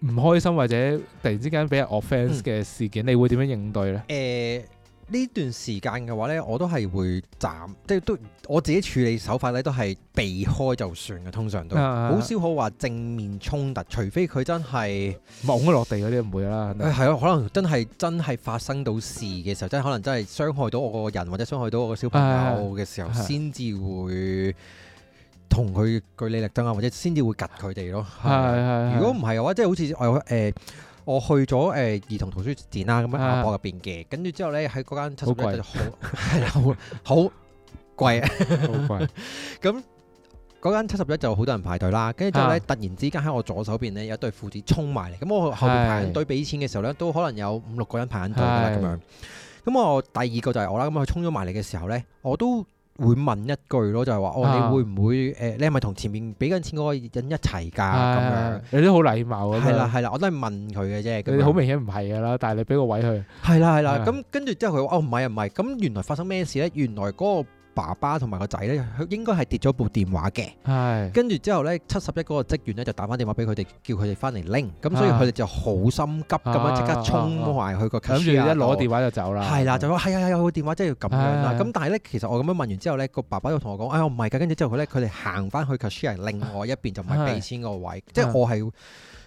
唔開心或者突然之間俾人 offence 嘅事件，你會點樣應對呢？
誒呢段時間嘅話呢，我都係會斬，即係都我自己處理手法呢，都係避開就算嘅，通常都
啊啊啊
好少好話正面衝突，除非佢真係
懵咗落地嗰啲唔會啦，
誒係啊，可能真係真係發生到事嘅時候，真係可能真係傷害到我個人或者傷害到我個小朋
啊啊啊
友嘅時候，
啊啊
先至會同佢據理力爭啊，或者先至會及佢哋咯。係
係係係
如果唔係嘅話，即係好似我有誒。我去咗誒、兒童圖書展啊啦，咁樣亞博入邊嘅，跟住之後咧喺嗰間七十
啊好貴
一就好係啦，好好貴啊！
好貴，
嗰間七十一就好多人排隊啦，跟住之後咧，
啊
突然之間喺我左手邊咧有一對父子衝埋嚟，咁我後邊排緊隊俾錢嘅時候咧，都可能有五六個人排緊隊㗎啦
係
咁樣。咁我第二個就係我啦，咁佢衝咗埋嚟嘅時候咧，我都會問一句咯，就係話哦，
啊
你會唔會誒、你係咪同前面俾緊錢嗰個人一齊㗎啊咁樣？
係你都好禮貌咁
係啦
樣，
係啦，我都係問佢嘅啫。咁
你好
樣
明顯唔係噶啦，但係你俾個位佢，
係啦係
係，
啦咁跟住之後佢話：哦唔係啊唔係，咁原來發生咩事咧？原來嗰個爸爸同埋個仔咧，佢應該係跌咗部電話嘅。
係
跟住之後咧，七十一嗰個職員咧就打翻電話俾佢哋，叫佢哋翻嚟拎。咁所以
啊
佢哋就好心急咁樣即刻衝埋去個
諗住一
cashier
攞
度
電話就走啦，
係啦，就話係啊，有個電話即係要咁樣啦
啊。
咁但係咧，其實我咁樣問完之後咧，個爸爸又同我講：哎呀，我唔係㗎。跟住之後佢咧，佢哋行翻去 cashier 另外一邊就唔係俾錢個位，
啊
即係我係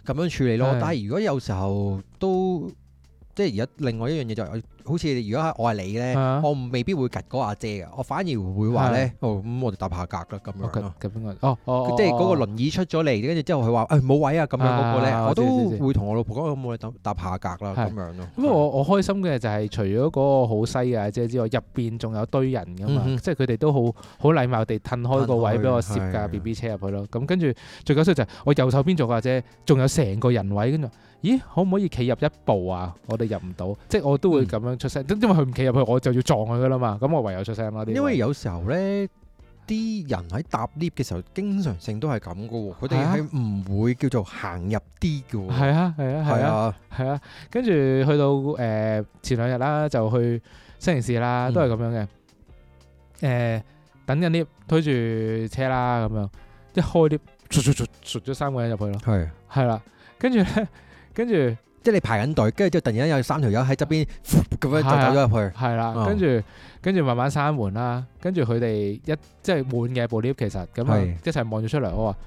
咁樣處理咯
係。
但係如果有時候都即係而家另外一樣嘢就係好似如果我係你咧，
啊
我未必會及嗰個阿姐嘅，我反而會話咧，哦咁我哋搭下格啦咁
哦
樣
咁
咯。
咁邊個？哦哦，
即係嗰個
輪
輪椅出咗嚟，跟住之後佢話：誒冇位啊咁樣嗰個咧，
啊
我
我知
都
知知
會同我老婆講：我冇你搭搭下格啦
係
咁樣咯。
咁我我開心嘅就係除咗嗰個好西嘅阿姐之外，入邊仲有堆人噶嘛，
嗯哼
即係佢哋都好好禮貌地褪開個位俾我攝
褪
架
開
B B 車入去咯。咁跟住最搞笑就係我右手邊座嘅阿姐，仲有成個人位，跟住咦可唔可以企入一步啊？我哋入唔到，即係我都
嗯
會咁樣出聲，因為佢唔企入去，我就要撞佢噶啦嘛。咁我唯有出聲啦。呢啲
因為
位
有時候咧，啲人喺搭 lift 嘅時候，經常性都係咁噶喎，佢
係啊
哋係唔會叫做行入啲噶喎。
係啊係啊
係
係啊
啊，
係啊，跟住去到誒、呃前兩日啦，就去新城市啦，
嗯
都係咁樣嘅。誒、等緊 lift，推住車啦咁樣，一開 lift，唰唰唰唰咗三個人入去咯，
係。
係啦。跟住咧，跟住
即係你排緊隊，跟住之後突然間有三條友喺側邊咁樣
係啊
就走咗入去。
係啦，
哦
跟住跟住慢慢閂門啦，跟住佢哋一即係滿嘅部 lift 其實咁啊，
係
一齊望咗出嚟，我話。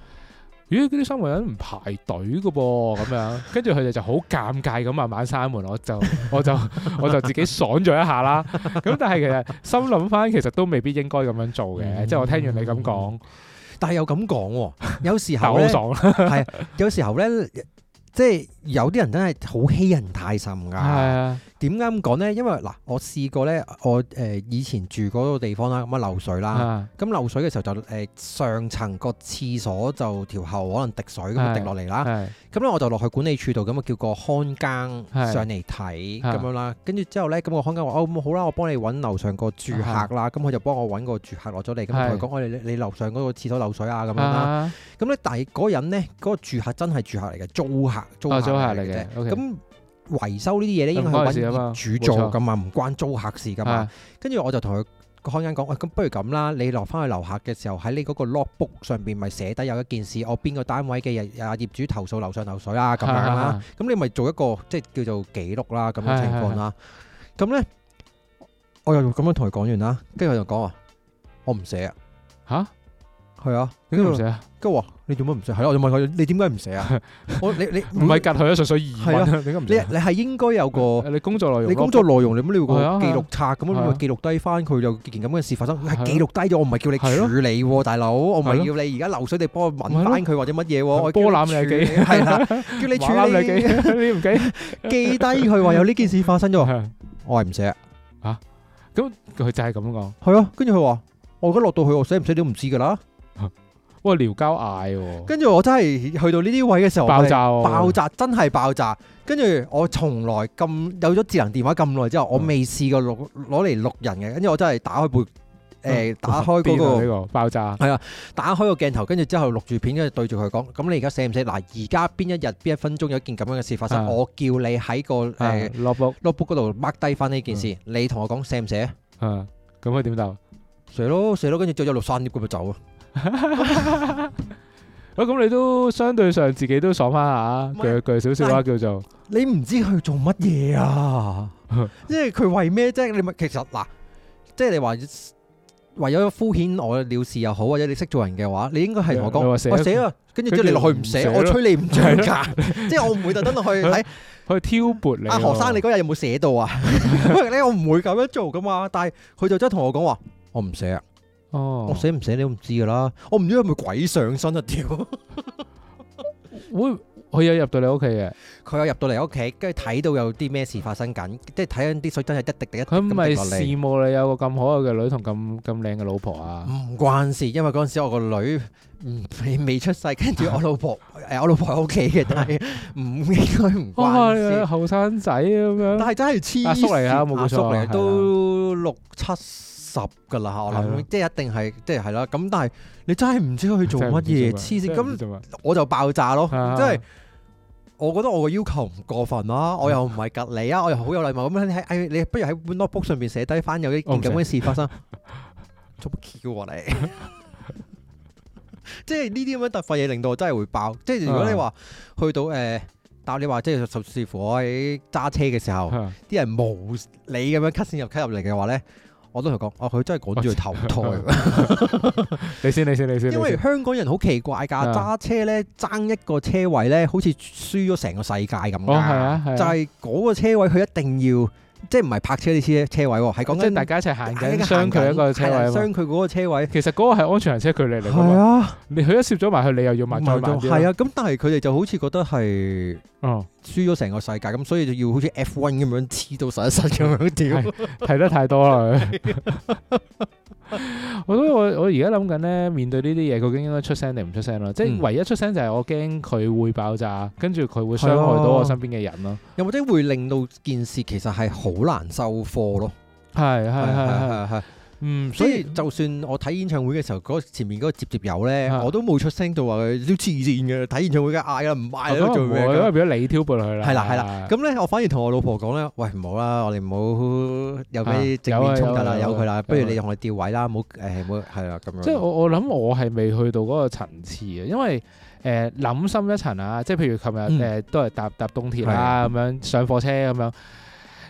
咦，呢三個人唔排隊嘅噃，咁樣，跟住佢哋就好尷尬咁慢慢閂門，我就我就 我就自己爽咗一下啦。咁但係其實心諗翻，其實都未必應該咁樣做嘅，
嗯
即係我聽完你咁講，
但係又 咁講喎，有時
但
候
我好
咧，
爽啦。
有時候咧，即係有啲人真係好欺人太甚㗎。
係啊，
點解咁講咧？因為嗱，我試過咧，我誒、呃以前住嗰個地方啦，咁啊漏水啦，
啊
咁、漏水嘅時候就誒、呃上層個廁所就條喉可能滴水咁
係
啊滴落嚟啦，
係
咁咧我就落去管理處度咁啊叫個看
係
更上嚟睇
啊
咁樣啦，跟住之後咧咁個看更話哦咁好啦，我幫你揾樓上個住客啦，咁佢就幫我揾個住客落咗嚟，咁啊
係
同佢講我哋你樓上嗰個廁所漏水啊咁樣啦，
啊，
咁咧但係嗰個人咧嗰個住客真係住客嚟嘅，租客租客
哦，咗下
嚟
嚟
嘅啫
嘅。，OK，
咁維修呢啲嘢咧，應該
唔關
係
事啊嘛
揾業主做
冇錯
噶嘛，唔關租客事噶
啊
嘛。跟住我就同佢個看更講：喂，咁不如咁啦，你落翻去樓下嘅時候，喺你嗰個 logbook 上邊咪寫低有一件事，我邊個單位嘅日啊業主投訴樓上漏水啊咁樣
啊
啦
啊。
咁你咪做一個即係叫做記錄啦，咁嘅情況啦。咁咧，我又咁樣同佢講完啦，跟住佢就講話：我唔寫啊，
啊
係啊。
吓，
跟
點
住
解唔啊？
跟住話：你做乜唔寫？係咯，我就問佢：你點解唔 寫啊？我你你
唔係隔佢啊，純粹疑問
係
啊，點解唔
你
寫啊
你係應該有個。
你工作內容，
你工作內容你咁你要
係啊
個記
係啊
錄冊咁樣，
係
你
啊
咪記錄低翻佢有件咁嘅事發生，
係啊
係記錄低咗，我唔係叫你
係咯
處理喎，大佬，我唔
係咯
係要你而家流水你幫我
咪係
揾
咯
翻佢或者乜嘢喎，我
波攬你
嘅
嘅機
係啦， 叫你
玩
處理
啱你幾，你唔 計。
記低佢話有呢件事發生咗，
係
我係唔寫，
咁佢就係咁講，
係啊，跟住佢話我而家落到去我寫唔寫你都唔知㗎啦，
哇撩交嗌喎，
跟住我真係去到呢啲位嘅時候
爆炸喎，
爆炸真係爆炸。跟住我從來咁有咗智能電話咁耐之後，我
嗯
未試過錄攞嚟錄人嘅。跟住我真係打開部誒、
嗯
打開嗰、
癲啊呢
個
個爆 炸，
打開個鏡頭，跟住之後錄住片，跟住對住佢講：咁你而家寫唔寫？嗱，而家邊一日邊一分鐘有一件咁樣嘅事發生，
啊
我叫你喺個誒、
誒 notebook
notebook 嗰度 mark 低翻呢件事，你同我講寫唔寫啊？
啊，咁佢點答？
射咯射咯，跟住之後一路山 lift 咁就走啊！
喂，咁你都相對上自己都爽翻下，
唔
鋸
係
鋸少少啦，叫做
你唔知佢做乜嘢 啊？即係佢為咩啫？你咪其實嗱，即係你話為咗敷衍我了事又好，或者你識做人嘅話，你應該係同我
你
講，
話
我
寫
寫啊，跟住之後你落去唔寫，
跟住
我
唔寫咯
吹你唔漲 價，即係我唔會特登落去睇。
佢挑撥你喎。
阿何生，你嗰日有冇寫到 啊？喂你我唔會咁樣做噶嘛，但係佢就真係同我講話，我唔寫啊，
哦
我，寫唔寫你都唔知噶啦，我唔知係咪鬼上身啊屌！
會佢有入到你屋企嘅，
佢有入到嚟屋企，跟住睇到有啲咩事發生緊，即係睇緊啲水真係一滴滴一滴
佢唔
咁滴
係
落嚟。
羨慕你有個咁可愛嘅女同咁咁靚嘅老婆啊？
唔關事，因為嗰陣時我個女唔未未出世，跟住我老婆誒、我老婆喺屋企嘅，但係唔應該唔
哇，
關
你哦係啊
事。
後生仔咁樣
但。係真係黐線
阿叔嚟㗎冇
阿叔
錯係
嚟
啦
都六七十㗎啦，我
係咯啊
諗即係一定係即係係啦。咁但係你真係唔知佢做乜嘢，黐線咁我就爆炸咯，
啊
即係。我覺得我個要求唔過分
嗯
啦，我又唔係隔你啊，我又好有禮貌咁樣你喺，哎你不如喺本 notebook 上邊寫低翻有一件
我唔
咁嘅事發生， 做乜 Q 啊你？ 即係呢啲咁樣突發嘢令到我真係會爆。即係如果你
啊
話去到誒、呃，但你話即係甚至乎我喺揸車嘅時候，啲人無理咁樣 cut 線入 cut 入嚟嘅話咧，我都同佢講，哦佢真係趕住去 投胎。
你先，你先，你先。
因為香港人好奇怪㗎，
啊
揸車咧爭一個車位咧，好似輸咗成個世界咁㗎。
哦係啊係啊
就係嗰個車位，佢一定要即係唔係泊車啲車車位喎，係講
講真，
緊
大家一齊行緊，
行
相距一個車位
係
啊
啊
嘛。
相距嗰個車位。
其實嗰個係安全行車距離嚟㗎
係
嘛。
啊，
你佢一攝咗埋去，你又要慢再慢啲。
係啊，咁但係佢哋就好似覺得係
啊，
輸咗成個世界，咁所以就要好似 F1 咁樣黐到實一實咁樣屌。
係睇得太多 啦。我都我我而家諗緊咧，面對呢啲嘢，究竟應該出聲定唔出聲咯？即係
嗯
唯一出聲就係我驚佢會爆炸，跟住佢會傷害到我身邊嘅人咯。
又或者會令到件事其實係好難收科咯。
係係係係，
係係。
嗯，
所以就算我睇演唱會嘅時候，嗰前面嗰個接接友咧，
啊
我都冇出聲到話佢都黐線嘅，睇演唱會梗係嗌啦，唔
我
嗌
都
啦，做
啊唔會，
咩
因為
㗎？
變咗你挑撥佢啦。
係啦係啦，咁咧我反而同我老婆講咧，喂唔好啦，我哋唔好有咩正面衝突
啊
啦，
有啊有啊
由佢
有啊
啦，不如你同佢調位啦，唔好誒唔好係啦咁樣。
即係我我諗我係未去到嗰個層次嘅，因為誒諗、深一層啊，即係譬如琴
嗯
日誒都係搭搭東鐵啊啦，咁樣上火車咁樣，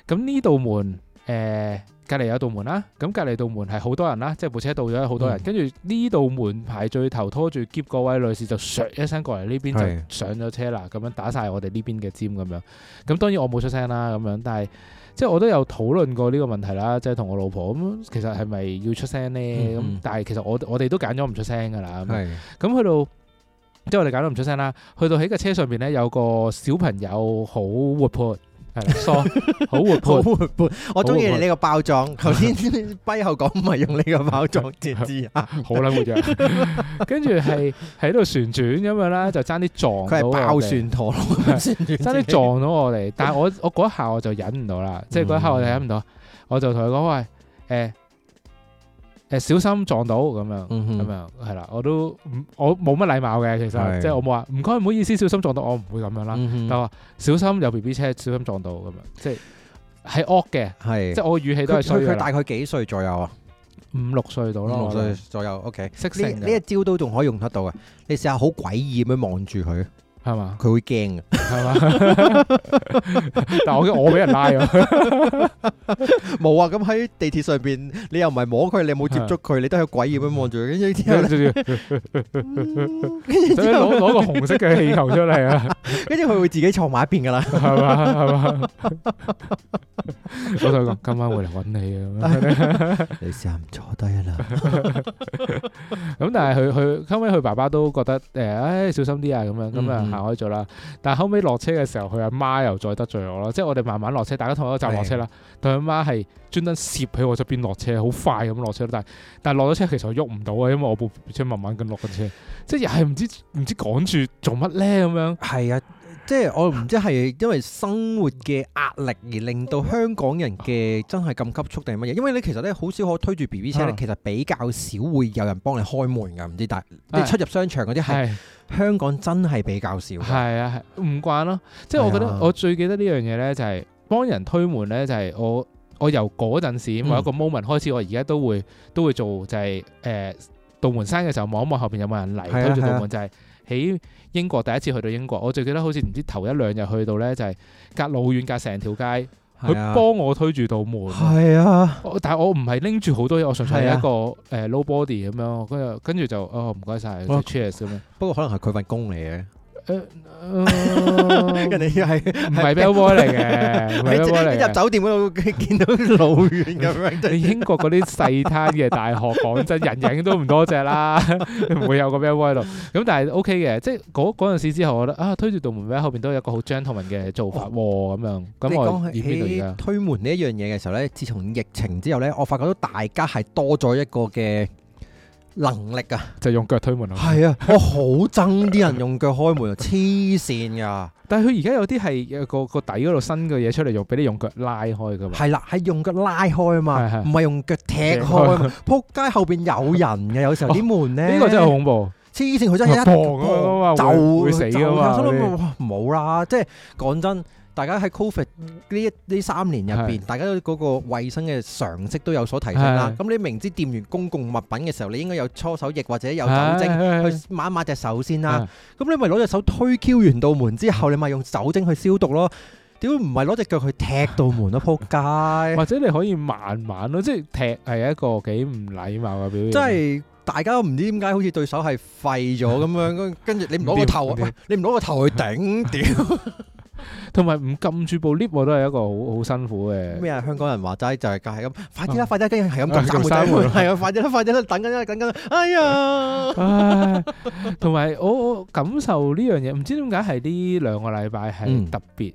咁呢道門誒。呃隔離有道門啦，咁隔離道門係好多人啦，即係部車到咗好多人
嗯，
跟住呢道門排最頭拖住夾嗰位女士就唰一聲過嚟呢邊
係
就上咗車啦，咁樣打晒我哋呢邊嘅尖咁樣。咁當然我冇出聲啦，咁樣，但係即係我都有討論過呢個問題啦，即係同我老婆咁，其實係咪要出聲呢？
嗯
咁、
嗯
但係其實我我哋都揀咗唔出聲㗎啦。咁樣
係
咁去到即係我哋揀咗唔出聲啦，去到喺個車上邊咧有個小朋友好活潑， 係啦，疏好活
好
潑。
活潑，我中意你呢個包裝。頭先跛後講唔係用呢個包裝截肢 啊，
好撚 活躍，跟住係喺度旋轉咁樣啦，就爭啲撞
佢
到
係
我
爆
哋，
旋陀螺，旋轉
爭啲撞到 我哋。但係我我嗰一下我就忍唔到啦，即係嗰一下我就忍唔到，我就同佢講喂，誒、誒小心撞到咁樣。
嗯
咁
哼，
樣係啦，我都唔我冇乜禮貌嘅，其實
係
即係我冇話唔該唔好意思，小心撞到我唔會咁樣啦，
嗯哼
但話小心有 B B 車，小心撞到咁樣，即係係惡嘅，
係
即係我語氣都
佢
係衰
佢
㗎
佢
啦，
大概幾歲左右啊？
五六歲到咯，
五
我
六
覺得
歲左右，OK。
識
呢
性
呢一
嘅
招都仲可以用得到嘅。你試下好詭異咁樣望住佢，
係 嘛
佢會驚嘅。
係嘛，但我我俾人拉咗，
冇啊，咁喺地鐵上邊，你又唔係摸佢，你冇接觸佢，你都係詭異咁望住佢，跟住之
跟
後呢，
住
嗯
所以攞攞個紅色嘅氣球出嚟 啊，
跟住佢會自己坐埋一邊噶啦。
係嘛係嘛，我同佢講今晚會嚟揾你啊咁樣。
你試下唔坐低啦。
咁但係佢佢後尾佢爸爸都覺得誒，唉小心啲啊咁樣，咁啊
嗯嗯嗯
行開咗啦。但係後尾落車嘅時候，佢阿媽又再得罪我咯，即係我哋慢慢落車，大家同一個站落車啦。但佢阿媽係專登攝喺我側邊落車，好快咁落車，但係但係落咗車其實我喐唔到啊，因為我部車慢慢咁落緊車，即係又係唔知唔知趕住做乜咧咁樣。
係啊，即係我唔知係因為生活嘅壓力而令到香港人嘅真係咁急促定係乜嘢？因為咧其實咧好少可推住 B B 車咧
哦啊，
其實比較少會有人幫你開門㗎，唔知但即係出入商場嗰啲係。
係
香港真係比較少嘅。
係啊，係唔慣咯。即係我覺
係
得
啊
我最記得呢樣嘢咧，就係幫人推門咧，就係我我由嗰陣時
嗯
某一個 moment 開始，我而家都會都會做就係誒道門山嘅時候望一望後邊有冇人嚟，
係啊
跟住
係啊
道門就係喺英國第一次去到英國，我最記得好似唔知頭一兩日去到咧就係隔老遠隔成條街，佢
係啊
幫我推住道門。
係啊，
我但係我唔係拎住好多嘢，我純粹
係
係
啊
一個誒 low body 咁樣，跟住跟住就哦唔該晒
哇
cheers 咁 樣。
不過可能係佢份工嚟嘅，
誒
哋係
唔係啊 bell boy 嚟 嘅，唔係 bell boy 嚟嘅。
酒店嗰度見到老遠 咁
你
樣，
英國嗰啲細灘嘅大學，講真，人影都唔多隻啦， 唔會有個 bell boy 喺度。咁但係 OK 嘅，即係嗰嗰陣時之後，我覺得啊，推住道門位後邊都有一個好 gentleman 嘅做法喎，咁樣。咁
你
我
講
演邊度而
起
家？
推門呢一樣嘢嘅時候咧，自從疫情之後咧，我發覺到大家係多咗一個嘅能力啊。
就用腳推門咯。
係啊，我好憎啲人用腳開門啊， 黐線㗎。
但係佢而家有啲係有個個底嗰度伸嘅嘢出嚟，用俾你用腳拉開噶嘛。
係啦，係用腳拉開啊嘛
係，係
唔係用腳踢開啊嘛。仆街後邊有人嘅，有時候啲門咧，
哦呢個真係好恐怖。
黐線，佢真係一
砰咁啊嘛
砰就
會會死㗎嘛
就
嗰啲
哇冇啦，即係講真。大家喺 Covid 呢一呢三年入邊，大家都嗰個衞生嘅常識都有所提升啦。
係
咁你明知掂完公共物品嘅時候，你應該有搓手液或者有酒精
精
去抹一抹隻手先啦。咁你咪攞隻手推 Q 完道門之後，你咪用酒精去消毒咯。屌唔係攞隻腳去踢道門咯，仆街！
或者你可以慢慢咯，即係踢係一個幾唔禮貌嘅表現。
真係大家唔知點解好似對手係廢咗咁樣， 跟跟住你唔攞個頭，
唔掂唔掂
喂你唔啊攞個頭去頂，屌
同埋唔撳住部 lift 我都係一個好好辛苦嘅。
咩啊？香港人話齋就係係咁，快啲啦，
啊
快啲啦，跟住係咁撳
撳
閂
閂
門，
門
係啊，快啲啦，快啲啦，等緊啦，等緊啦，哎呀！
唉，同埋我我 感受呢樣嘢，唔知點解係呢兩個禮拜
嗯
係特別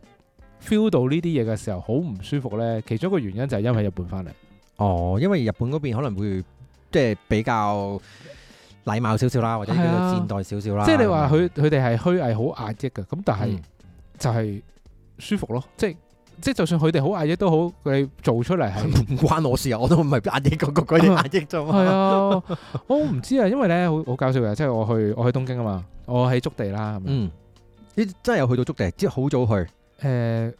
feel 到呢啲嘢嘅時候，好唔舒服咧。其中一個原因就係因為日本翻嚟，
哦，因為日本嗰邊可能會即係比較禮貌少少啦，或者叫
係啊
做現代少少啦。
即係你話佢佢哋係虛偽好壓抑嘅，咁但係
嗯
就係舒服咯，即係即係就算佢哋好壓抑都好，佢哋做出嚟 係。
唔關我事啊，我都唔係壓抑嗰個嗰啲壓抑啫
係
嘛。
啊，我唔知啊，因為咧好好搞笑嘅，即係我去我去東京啊嘛，我喺築地啦咁樣，誒、
嗯，呢真係有去到足地，即係好早去，
呃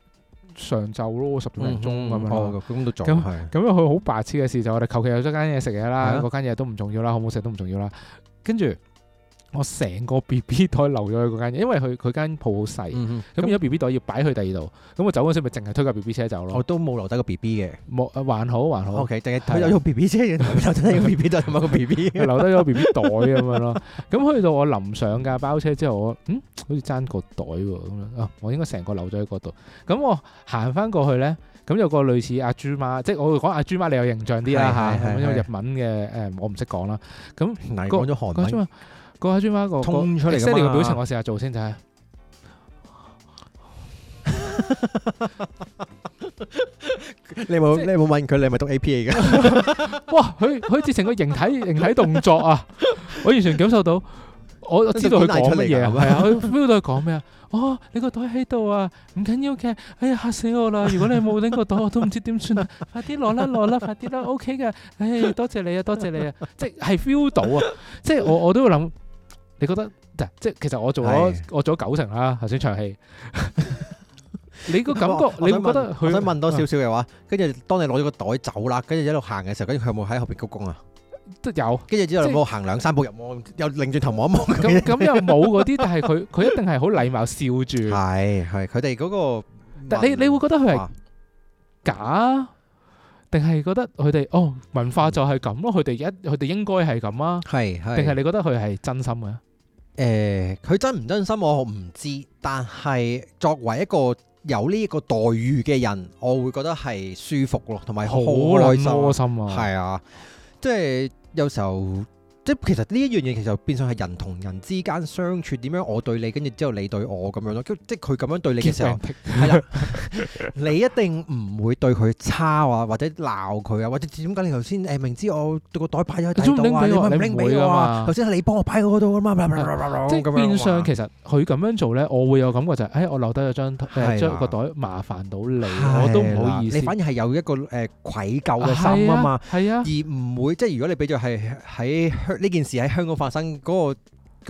上晝咯十
嗯
點零鐘咁樣啦
哦，咁都早
咁
係。
咁樣佢好白痴嘅事就我哋求其有咗間嘢食嘢
係
啦，
啊
嗰間嘢都唔重要啦，好唔好食都唔重要啦。跟住我成個 B B 袋留咗去嗰間嘢，因為佢佢間鋪好細，
嗯
咁而家 B B 袋要擺去第二度，咁我走嗰時咪淨係推架 B B 車走
我
咯。
都冇留低個 B B 嘅
冇啊還好還好，
，OK，淨係佢有用 B B 車，然後留低個 B B 就同埋個 B B。
留低咗 B B 袋咁樣咯。咁去到我臨上架包車之後，我嗯好似爭個袋喎咁樣啊，我應該成個留咗喺嗰度。咁我行翻過去咧，咁有個類似阿豬媽，即係我講阿豬媽，你有形象啲啦
係
嚇。
係係
咁因為日文嘅誒我唔識講啦。
嗱，
個
講咗韓
個阿
文
豬媽，個阿豬媽個個
衝出嚟
e x
㗎
c
嘛
嘅表情，我試下做先就係。
你冇
即係
你冇問佢你係咪讀 A P A 嘅？
哇！佢佢直情個形 體形體動作啊，我完全感受到，我我知道佢講乜嘢啊，
佢
係啊，我 feel 到佢講咩啊。哦，你個袋喺度啊，唔緊要嘅。哎呀，嚇死我啦！如果你冇拎個袋，我都唔知點算啊。快啲攞啦，攞啦，快啲啦，OK 嘅。唉，多謝你啊，多謝你啊，即係 feel 到啊，即係我我都會諗，你覺得嗱即係其實我做咗
係
我做咗九成啦，頭先場 戲。你個感
我
覺，你會
想
覺
問
得
我
佢
想問多少少嘅話，跟住當你攞咗個袋走啦，跟住一路行嘅時候，跟住佢有冇喺後邊鞠躬啊？
都有。
跟住之後有
即係
冇行兩三步入我，又擰轉頭望一望佢
咁咁又冇嗰啲，但係 佢佢一定係好禮貌笑住。
係係，佢哋嗰個
但你你會覺得佢係
哇
假，定係覺得佢哋哦文化就係咁咯？佢哋一佢哋應該係咁啊？
係係
定係你覺得佢係真心嘅？
誒，呃佢、真唔真心我唔知，但係作為一個有呢個待遇嘅人，我會覺得係舒服咯，同埋好開
撚
心
窩
啊，
心啊！
係啊，即係有時候。即係其實呢一樣嘢其實變相係人同人之間相處點樣，我對你，跟住之後你對我咁樣咯。跟住即係佢咁樣對你嘅時候，係啦，你一定唔會對佢差啊，或者鬧佢啊，或者點解你頭先誒明知我個袋擺咗喺第二度啊，
你
你
都唔拎俾我
咪唔拎俾我
你唔會㗎嘛
啊？頭先係你幫我擺喺嗰度啊嘛，
即
即
係變相其實佢咁樣做咧，我會有感覺就係，誒我留低咗張
係啦
誒將個袋麻煩到你，我都唔好意思。
你反而係有一個誒愧疚嘅心
係
啊嘛，，
係啊
而，唔會即係如果你俾咗係喺香呢件事喺香港發生嗰個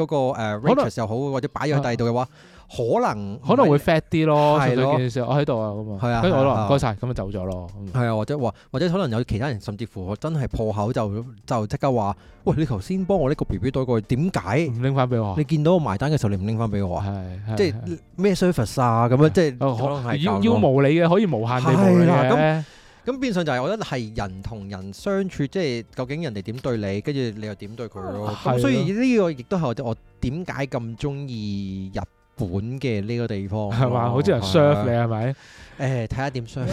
嗰個誒
可能
racist 又好，或者擺咗喺第二度嘅話，可能
可能會 fat 啲咯，
係
純粹
咯
件事我喺度啊咁
係
啊，
啊
跟住我
係啊
話
係啊
唔該晒，咁就走咗咯。咁
係啊，或者話，或者可能有其他人甚至乎真係破口就就即刻話：喂，你頭先幫我呢個 B B 袋過去，點解
唔拎翻俾我啊
你，見到我埋單嘅時候，你唔拎翻俾我啊？
係係
即
係
係咩 service 啊？咁樣即係
哦
可能係
要
咁
要
咯
無理嘅，可以無限地無理
係啦
嘅。
咁變相就係我覺得係人同人相處，即係究竟人哋點對你，跟住你又點對佢咯。
係咯
咁所以呢個亦都係我點解咁中意日本嘅呢個地方咯，
係嘛？好似人 serve 你係咪？
誒，睇下 點 serve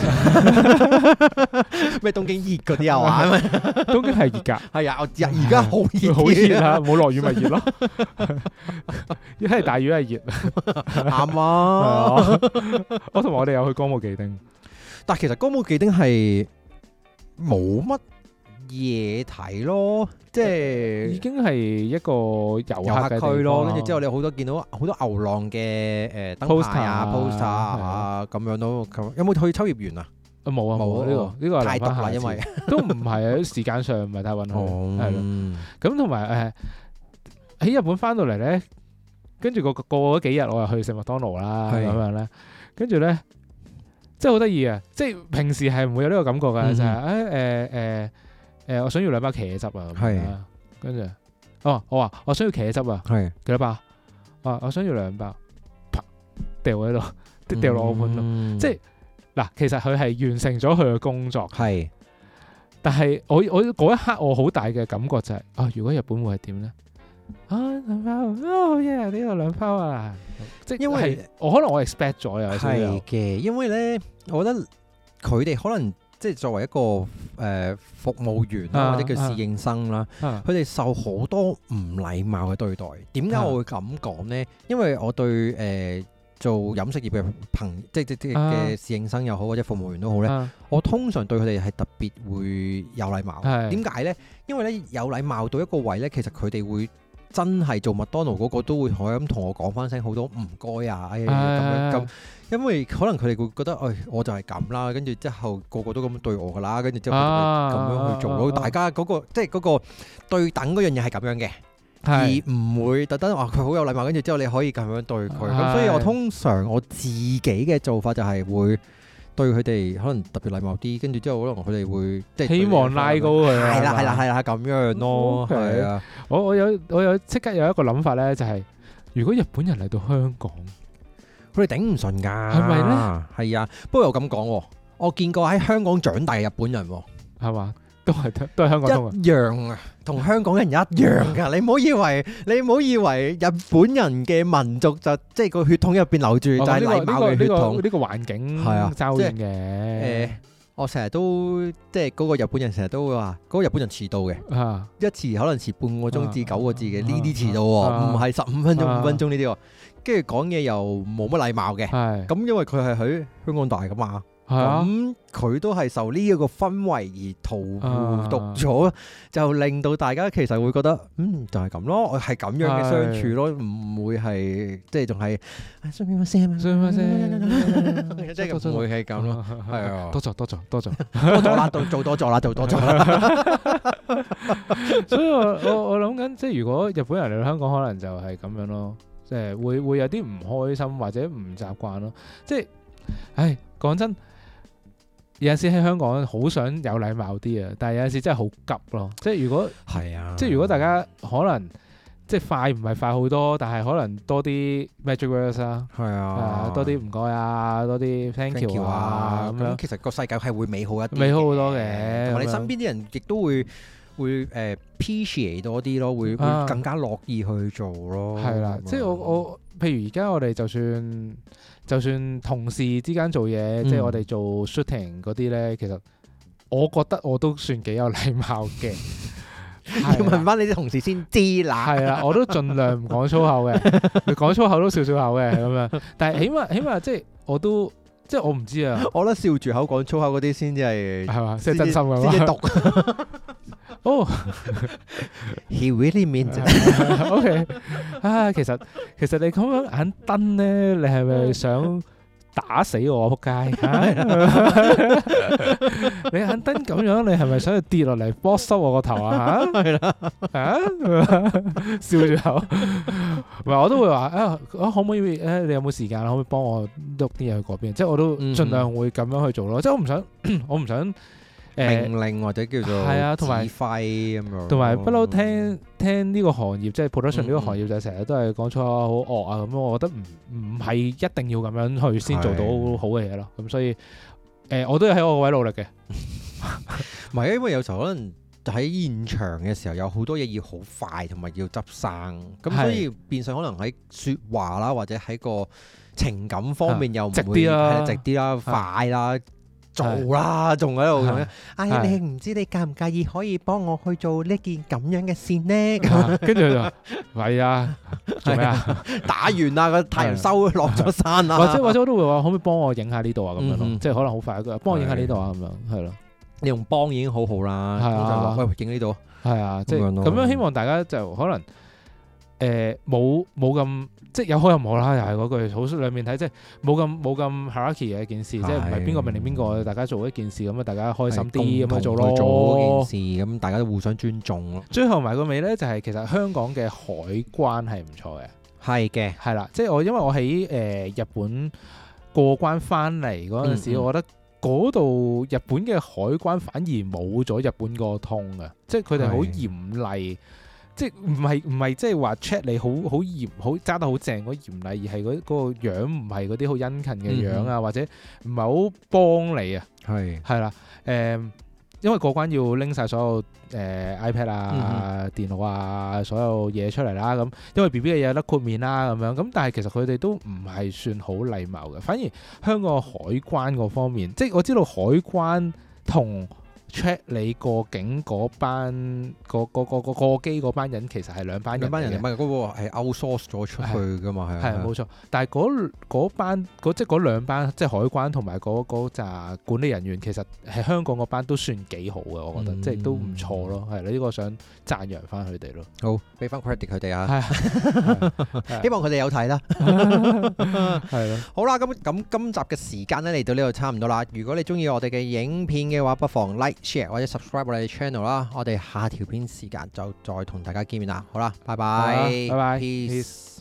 咩東京熱嗰啲啊玩咩？
東京係熱㗎，
係啊，我而而家好 熱，
嗯 好熱啊！冇落雨咪熱咯，一係大雨一 係熱。
啱啊！
係啊我同埋我哋有去歌舞伎町，
但其實歌舞伎町係冇乜嘢睇咯，即係
已經係一個遊
遊
客
客
嘅
區
區
咯，跟住之後你好多見到好多牛郎嘅誒燈牌啊、
Poster 啊
poster 啊咁樣咯。咁有冇去秋葉原啊？
啊冇啊冇
冇
啊
啊
呢個呢個係
太
留
毒
返
啦，
下
因
次
為
都唔係啊，時間上唔係太允 許，係咯。
嗯
咁同埋誒喺日本翻到嚟咧，跟住個個過咗幾日，我又去食麥當勞啦
係
咁樣咧，跟住咧即係好得意啊！即係平時係唔會有呢個感覺㗎，
嗯
就係誒誒誒，我想要兩包茄汁啊咁
係
樣啦，跟住哦，我話我想要茄汁啊。
係
幾多包？啊，我想要兩包，啪掉喺度，掉落我碗度。
度
即係嗱，其實佢係完成咗佢嘅工作，
係
但係我我嗰一刻我好大嘅感覺就係、啊，如果日本會係點咧？啊兩包，哦好嘢，呢度兩包啊！即係
因為
係我可能我 expect 咗有少
係
少，
嘅，因為咧，我覺得佢哋可能即係作為一個誒服務員
啊
啦，或者叫侍應生啦。
啊
佢哋受好多唔禮貌嘅對待。點解我會咁講呢？因為我對誒、呃做飲食業嘅朋，即即即
啊
嘅侍應生又好，或者服務員都好呢，
啊
我通常對佢哋係特別會有禮貌。
係
點解呢？因為呢，有禮貌到一個位呢，其實佢哋會。真係做麥當勞嗰個都會可以咁同我講翻聲好多唔該啊，哎呀咁樣咁，因為可能佢哋會覺得，誒、我就係咁啦，跟住之後個個都咁樣對我噶啦，跟住之後佢哋會
啊
咁樣去做
啊
咯。
啊
大家嗰、個即係嗰個對等嗰樣嘢係咁樣嘅，
係
而唔會特登話佢好有禮貌，跟住之後你可以咁樣對佢。
係
咁所以我通常我自己嘅做法就係會對佢哋可能特別禮貌啲，跟住之後可能佢哋會即係
希望拉高佢啊
係啦
係嘛
係啦係啦咁樣咯，
OK
係啊，
我我有我有即刻有一個諗法咧，就係、如果日本人嚟到香港，
佢哋頂唔順㗎，係
咪
咧？係啊，不過又咁講喎，我見過喺香港長大嘅日本人喎。
係嘛，都係都係香港通啊。
一樣啊，同香港人一樣噶。你唔好以為你唔好以為日本人嘅民族就即係個血統入邊流住
哦
就
呢
係
個
禮貌嘅
呢個
血
呢個
統。
呢個環境
係啊
爭好
即
遠
係
嘅
誒，我成日都即係嗰個日本人成日都會話，嗰個日本人遲到嘅，
啊
一遲可能遲半個鐘至九個字嘅，呢啲遲到
啊
喎，唔係十五分
啊
鐘五分鐘呢啲喎。跟住講嘢又冇乜禮貌嘅，
係
咁因為佢係喺香港大噶嘛。
係啊
咁佢都係受呢一個氛圍而荼毒
啊
咗，就令到大家其實會覺得，嗯，就係咁咯，我係咁樣嘅相處咯，唔會係即係仲係唉順便乜聲啊，
所以咪 先，
即 係唔會係咁咯，係啊
多，咗多咗多咗，
多咗啦，做做多咗啦，做多咗啦，
所以我我我諗緊，即係如果日本人嚟到香港，可能就係咁樣咯，即係會會有啲唔開心或者唔習慣咯，即係，唉，講真。有陣時喺香港好想有禮貌啲啊，但係有陣時真係好急咯。即係如果
係啊，
即係如果大家可能即係快唔係快好多，但係可能多啲 magic words 啦、
係
啊
啊，
多啲唔該啊，多啲 thank
thank
you
you
啊
啊，
咁
咁
樣，
其實個世界係會美好一啲，
美好好多嘅
同埋
咁
你
樣
身邊啲人亦都會會誒 appreciate 多啲咯，會
啊
會更加樂意去做咯，
係啦，即係
啊
我 我譬如而家我哋就算就算同事之間做嘢，即係我哋做 shooting 嗰啲咧，其實我覺得我都算幾有禮貌嘅，
要
係
問
啦
翻你啲同事先知啦。
係啦，我都盡量唔講粗口嘅，講粗口都笑笑口嘅咁樣，但係起碼起碼即係我都即係我唔知啊，
我覺得笑住口講粗口嗰啲先至係
係嘛， 即係真心
先至
咁啊，
毒。
哦。
He really means it。
O 啊
嗯
K，啊，其實其實你咁樣眼瞪咧，你係咪想打死我 仆街！嚇 你肯登咁樣，你係咪想跌落嚟剝濕我個頭 啊？嚇
係啦，
啊！笑住口，唔係我都會話啊，啊可唔可以誒、你有冇時間啊可唔可以幫我喐啲嘢去嗰邊？即係我都
嗯
盡量會咁樣去做咯。即係我唔想， 我唔想誒。
命令或者叫做
係啊同埋
指揮咁樣，
同埋不嬲聽聽呢個行業，即係 production 呢個
哦嗯
行業就成日都係講粗口好惡啊咁，我覺得唔唔係一定要咁樣去先做到
係
好嘅嘢咯。咁所以誒、我都要喺我個位努力嘅，
唔係，因為有時候可能喺現場嘅時候有好多嘢要好快，同埋要執生，咁
係
所以變相可能喺説話啦，或者喺個情感方面又唔會
啊直啲啦
係直啲啦，快啦。做啦，仲喺度咁樣。哎呀，
係
你唔知你介唔介意可以幫我去做呢件咁樣嘅線呢？ 咁
啊跟住佢就話係啊，做咩 啊？
打完啦，個太陽
係啊
收落咗山啊啦。
或者或者我都會話可唔可以幫我影下呢度啊咁樣咯，
嗯嗯
即係可能好快，佢話幫我影下呢度啊咁樣，係咯，
你用幫已經好好啦。
係啊
咁就話喂，影呢度。
係啊，即係
咁樣咯
咁樣希望大家就可能。誒冇冇咁即係有好有唔好啦，又係嗰句好兩面睇，即係冇咁冇咁 hierarchy 嘅一件事，即係唔係邊個命令邊個，大家做一件事咁啊，大家開心啲咁樣做
共同去做
咯
嗰。件事，咁大家都互相尊重咯。
最後埋個尾咧，就係其實香港嘅海關係唔錯嘅，
係嘅，
係啦，即係我因為我喺誒、日本過關翻嚟嗰陣時，
嗯嗯
我覺得。嗰度日本嘅海關反而冇咗日本個通啊，即係佢哋好
係
嚴厲，即係唔係唔係即係話 check 你好好嚴好揸得好正嗰嚴厲，而係嗰嗰個樣唔係嗰啲好殷勤
嗯
嘅樣啊，或者唔係好幫你啊，
係。
係啦，誒、因為過關要拎晒所有誒、iPad
嗯
啊、電腦啊、所有嘢出嚟啦，咁因為 B B 嘅嘢有得豁免啦，咁樣咁，但係其實佢哋都唔係算好禮貌嘅，反而香港海關嗰方面，即係我知道海關同 check 你過境嗰班個個個個過機嗰班人其實係兩班人嚟
兩班人
嘅
唔係嗰個係 outsource 咗出去噶嘛，係
係
啊
冇錯，但係嗰嗰班嗰即係嗰兩班即係海關同埋嗰嗰扎管理人員，其實係香港嗰班都算幾好嘅，我覺得、
嗯
即係都唔錯咯。係啦，呢個想讚揚翻佢哋咯。
好俾翻 credit 佢哋啊，
係係
希望佢哋有睇啦。
係咯，
好啦，咁咁今集嘅時間咧嚟到呢度差唔多啦。如果你中意我哋嘅影片嘅話，不妨 like、share 或者 subscribe 我哋嘅 channel 啦。我哋下條片時間就再同大家見面啦。好啦，拜
好啦啊
拜，
拜拜
Peace
peace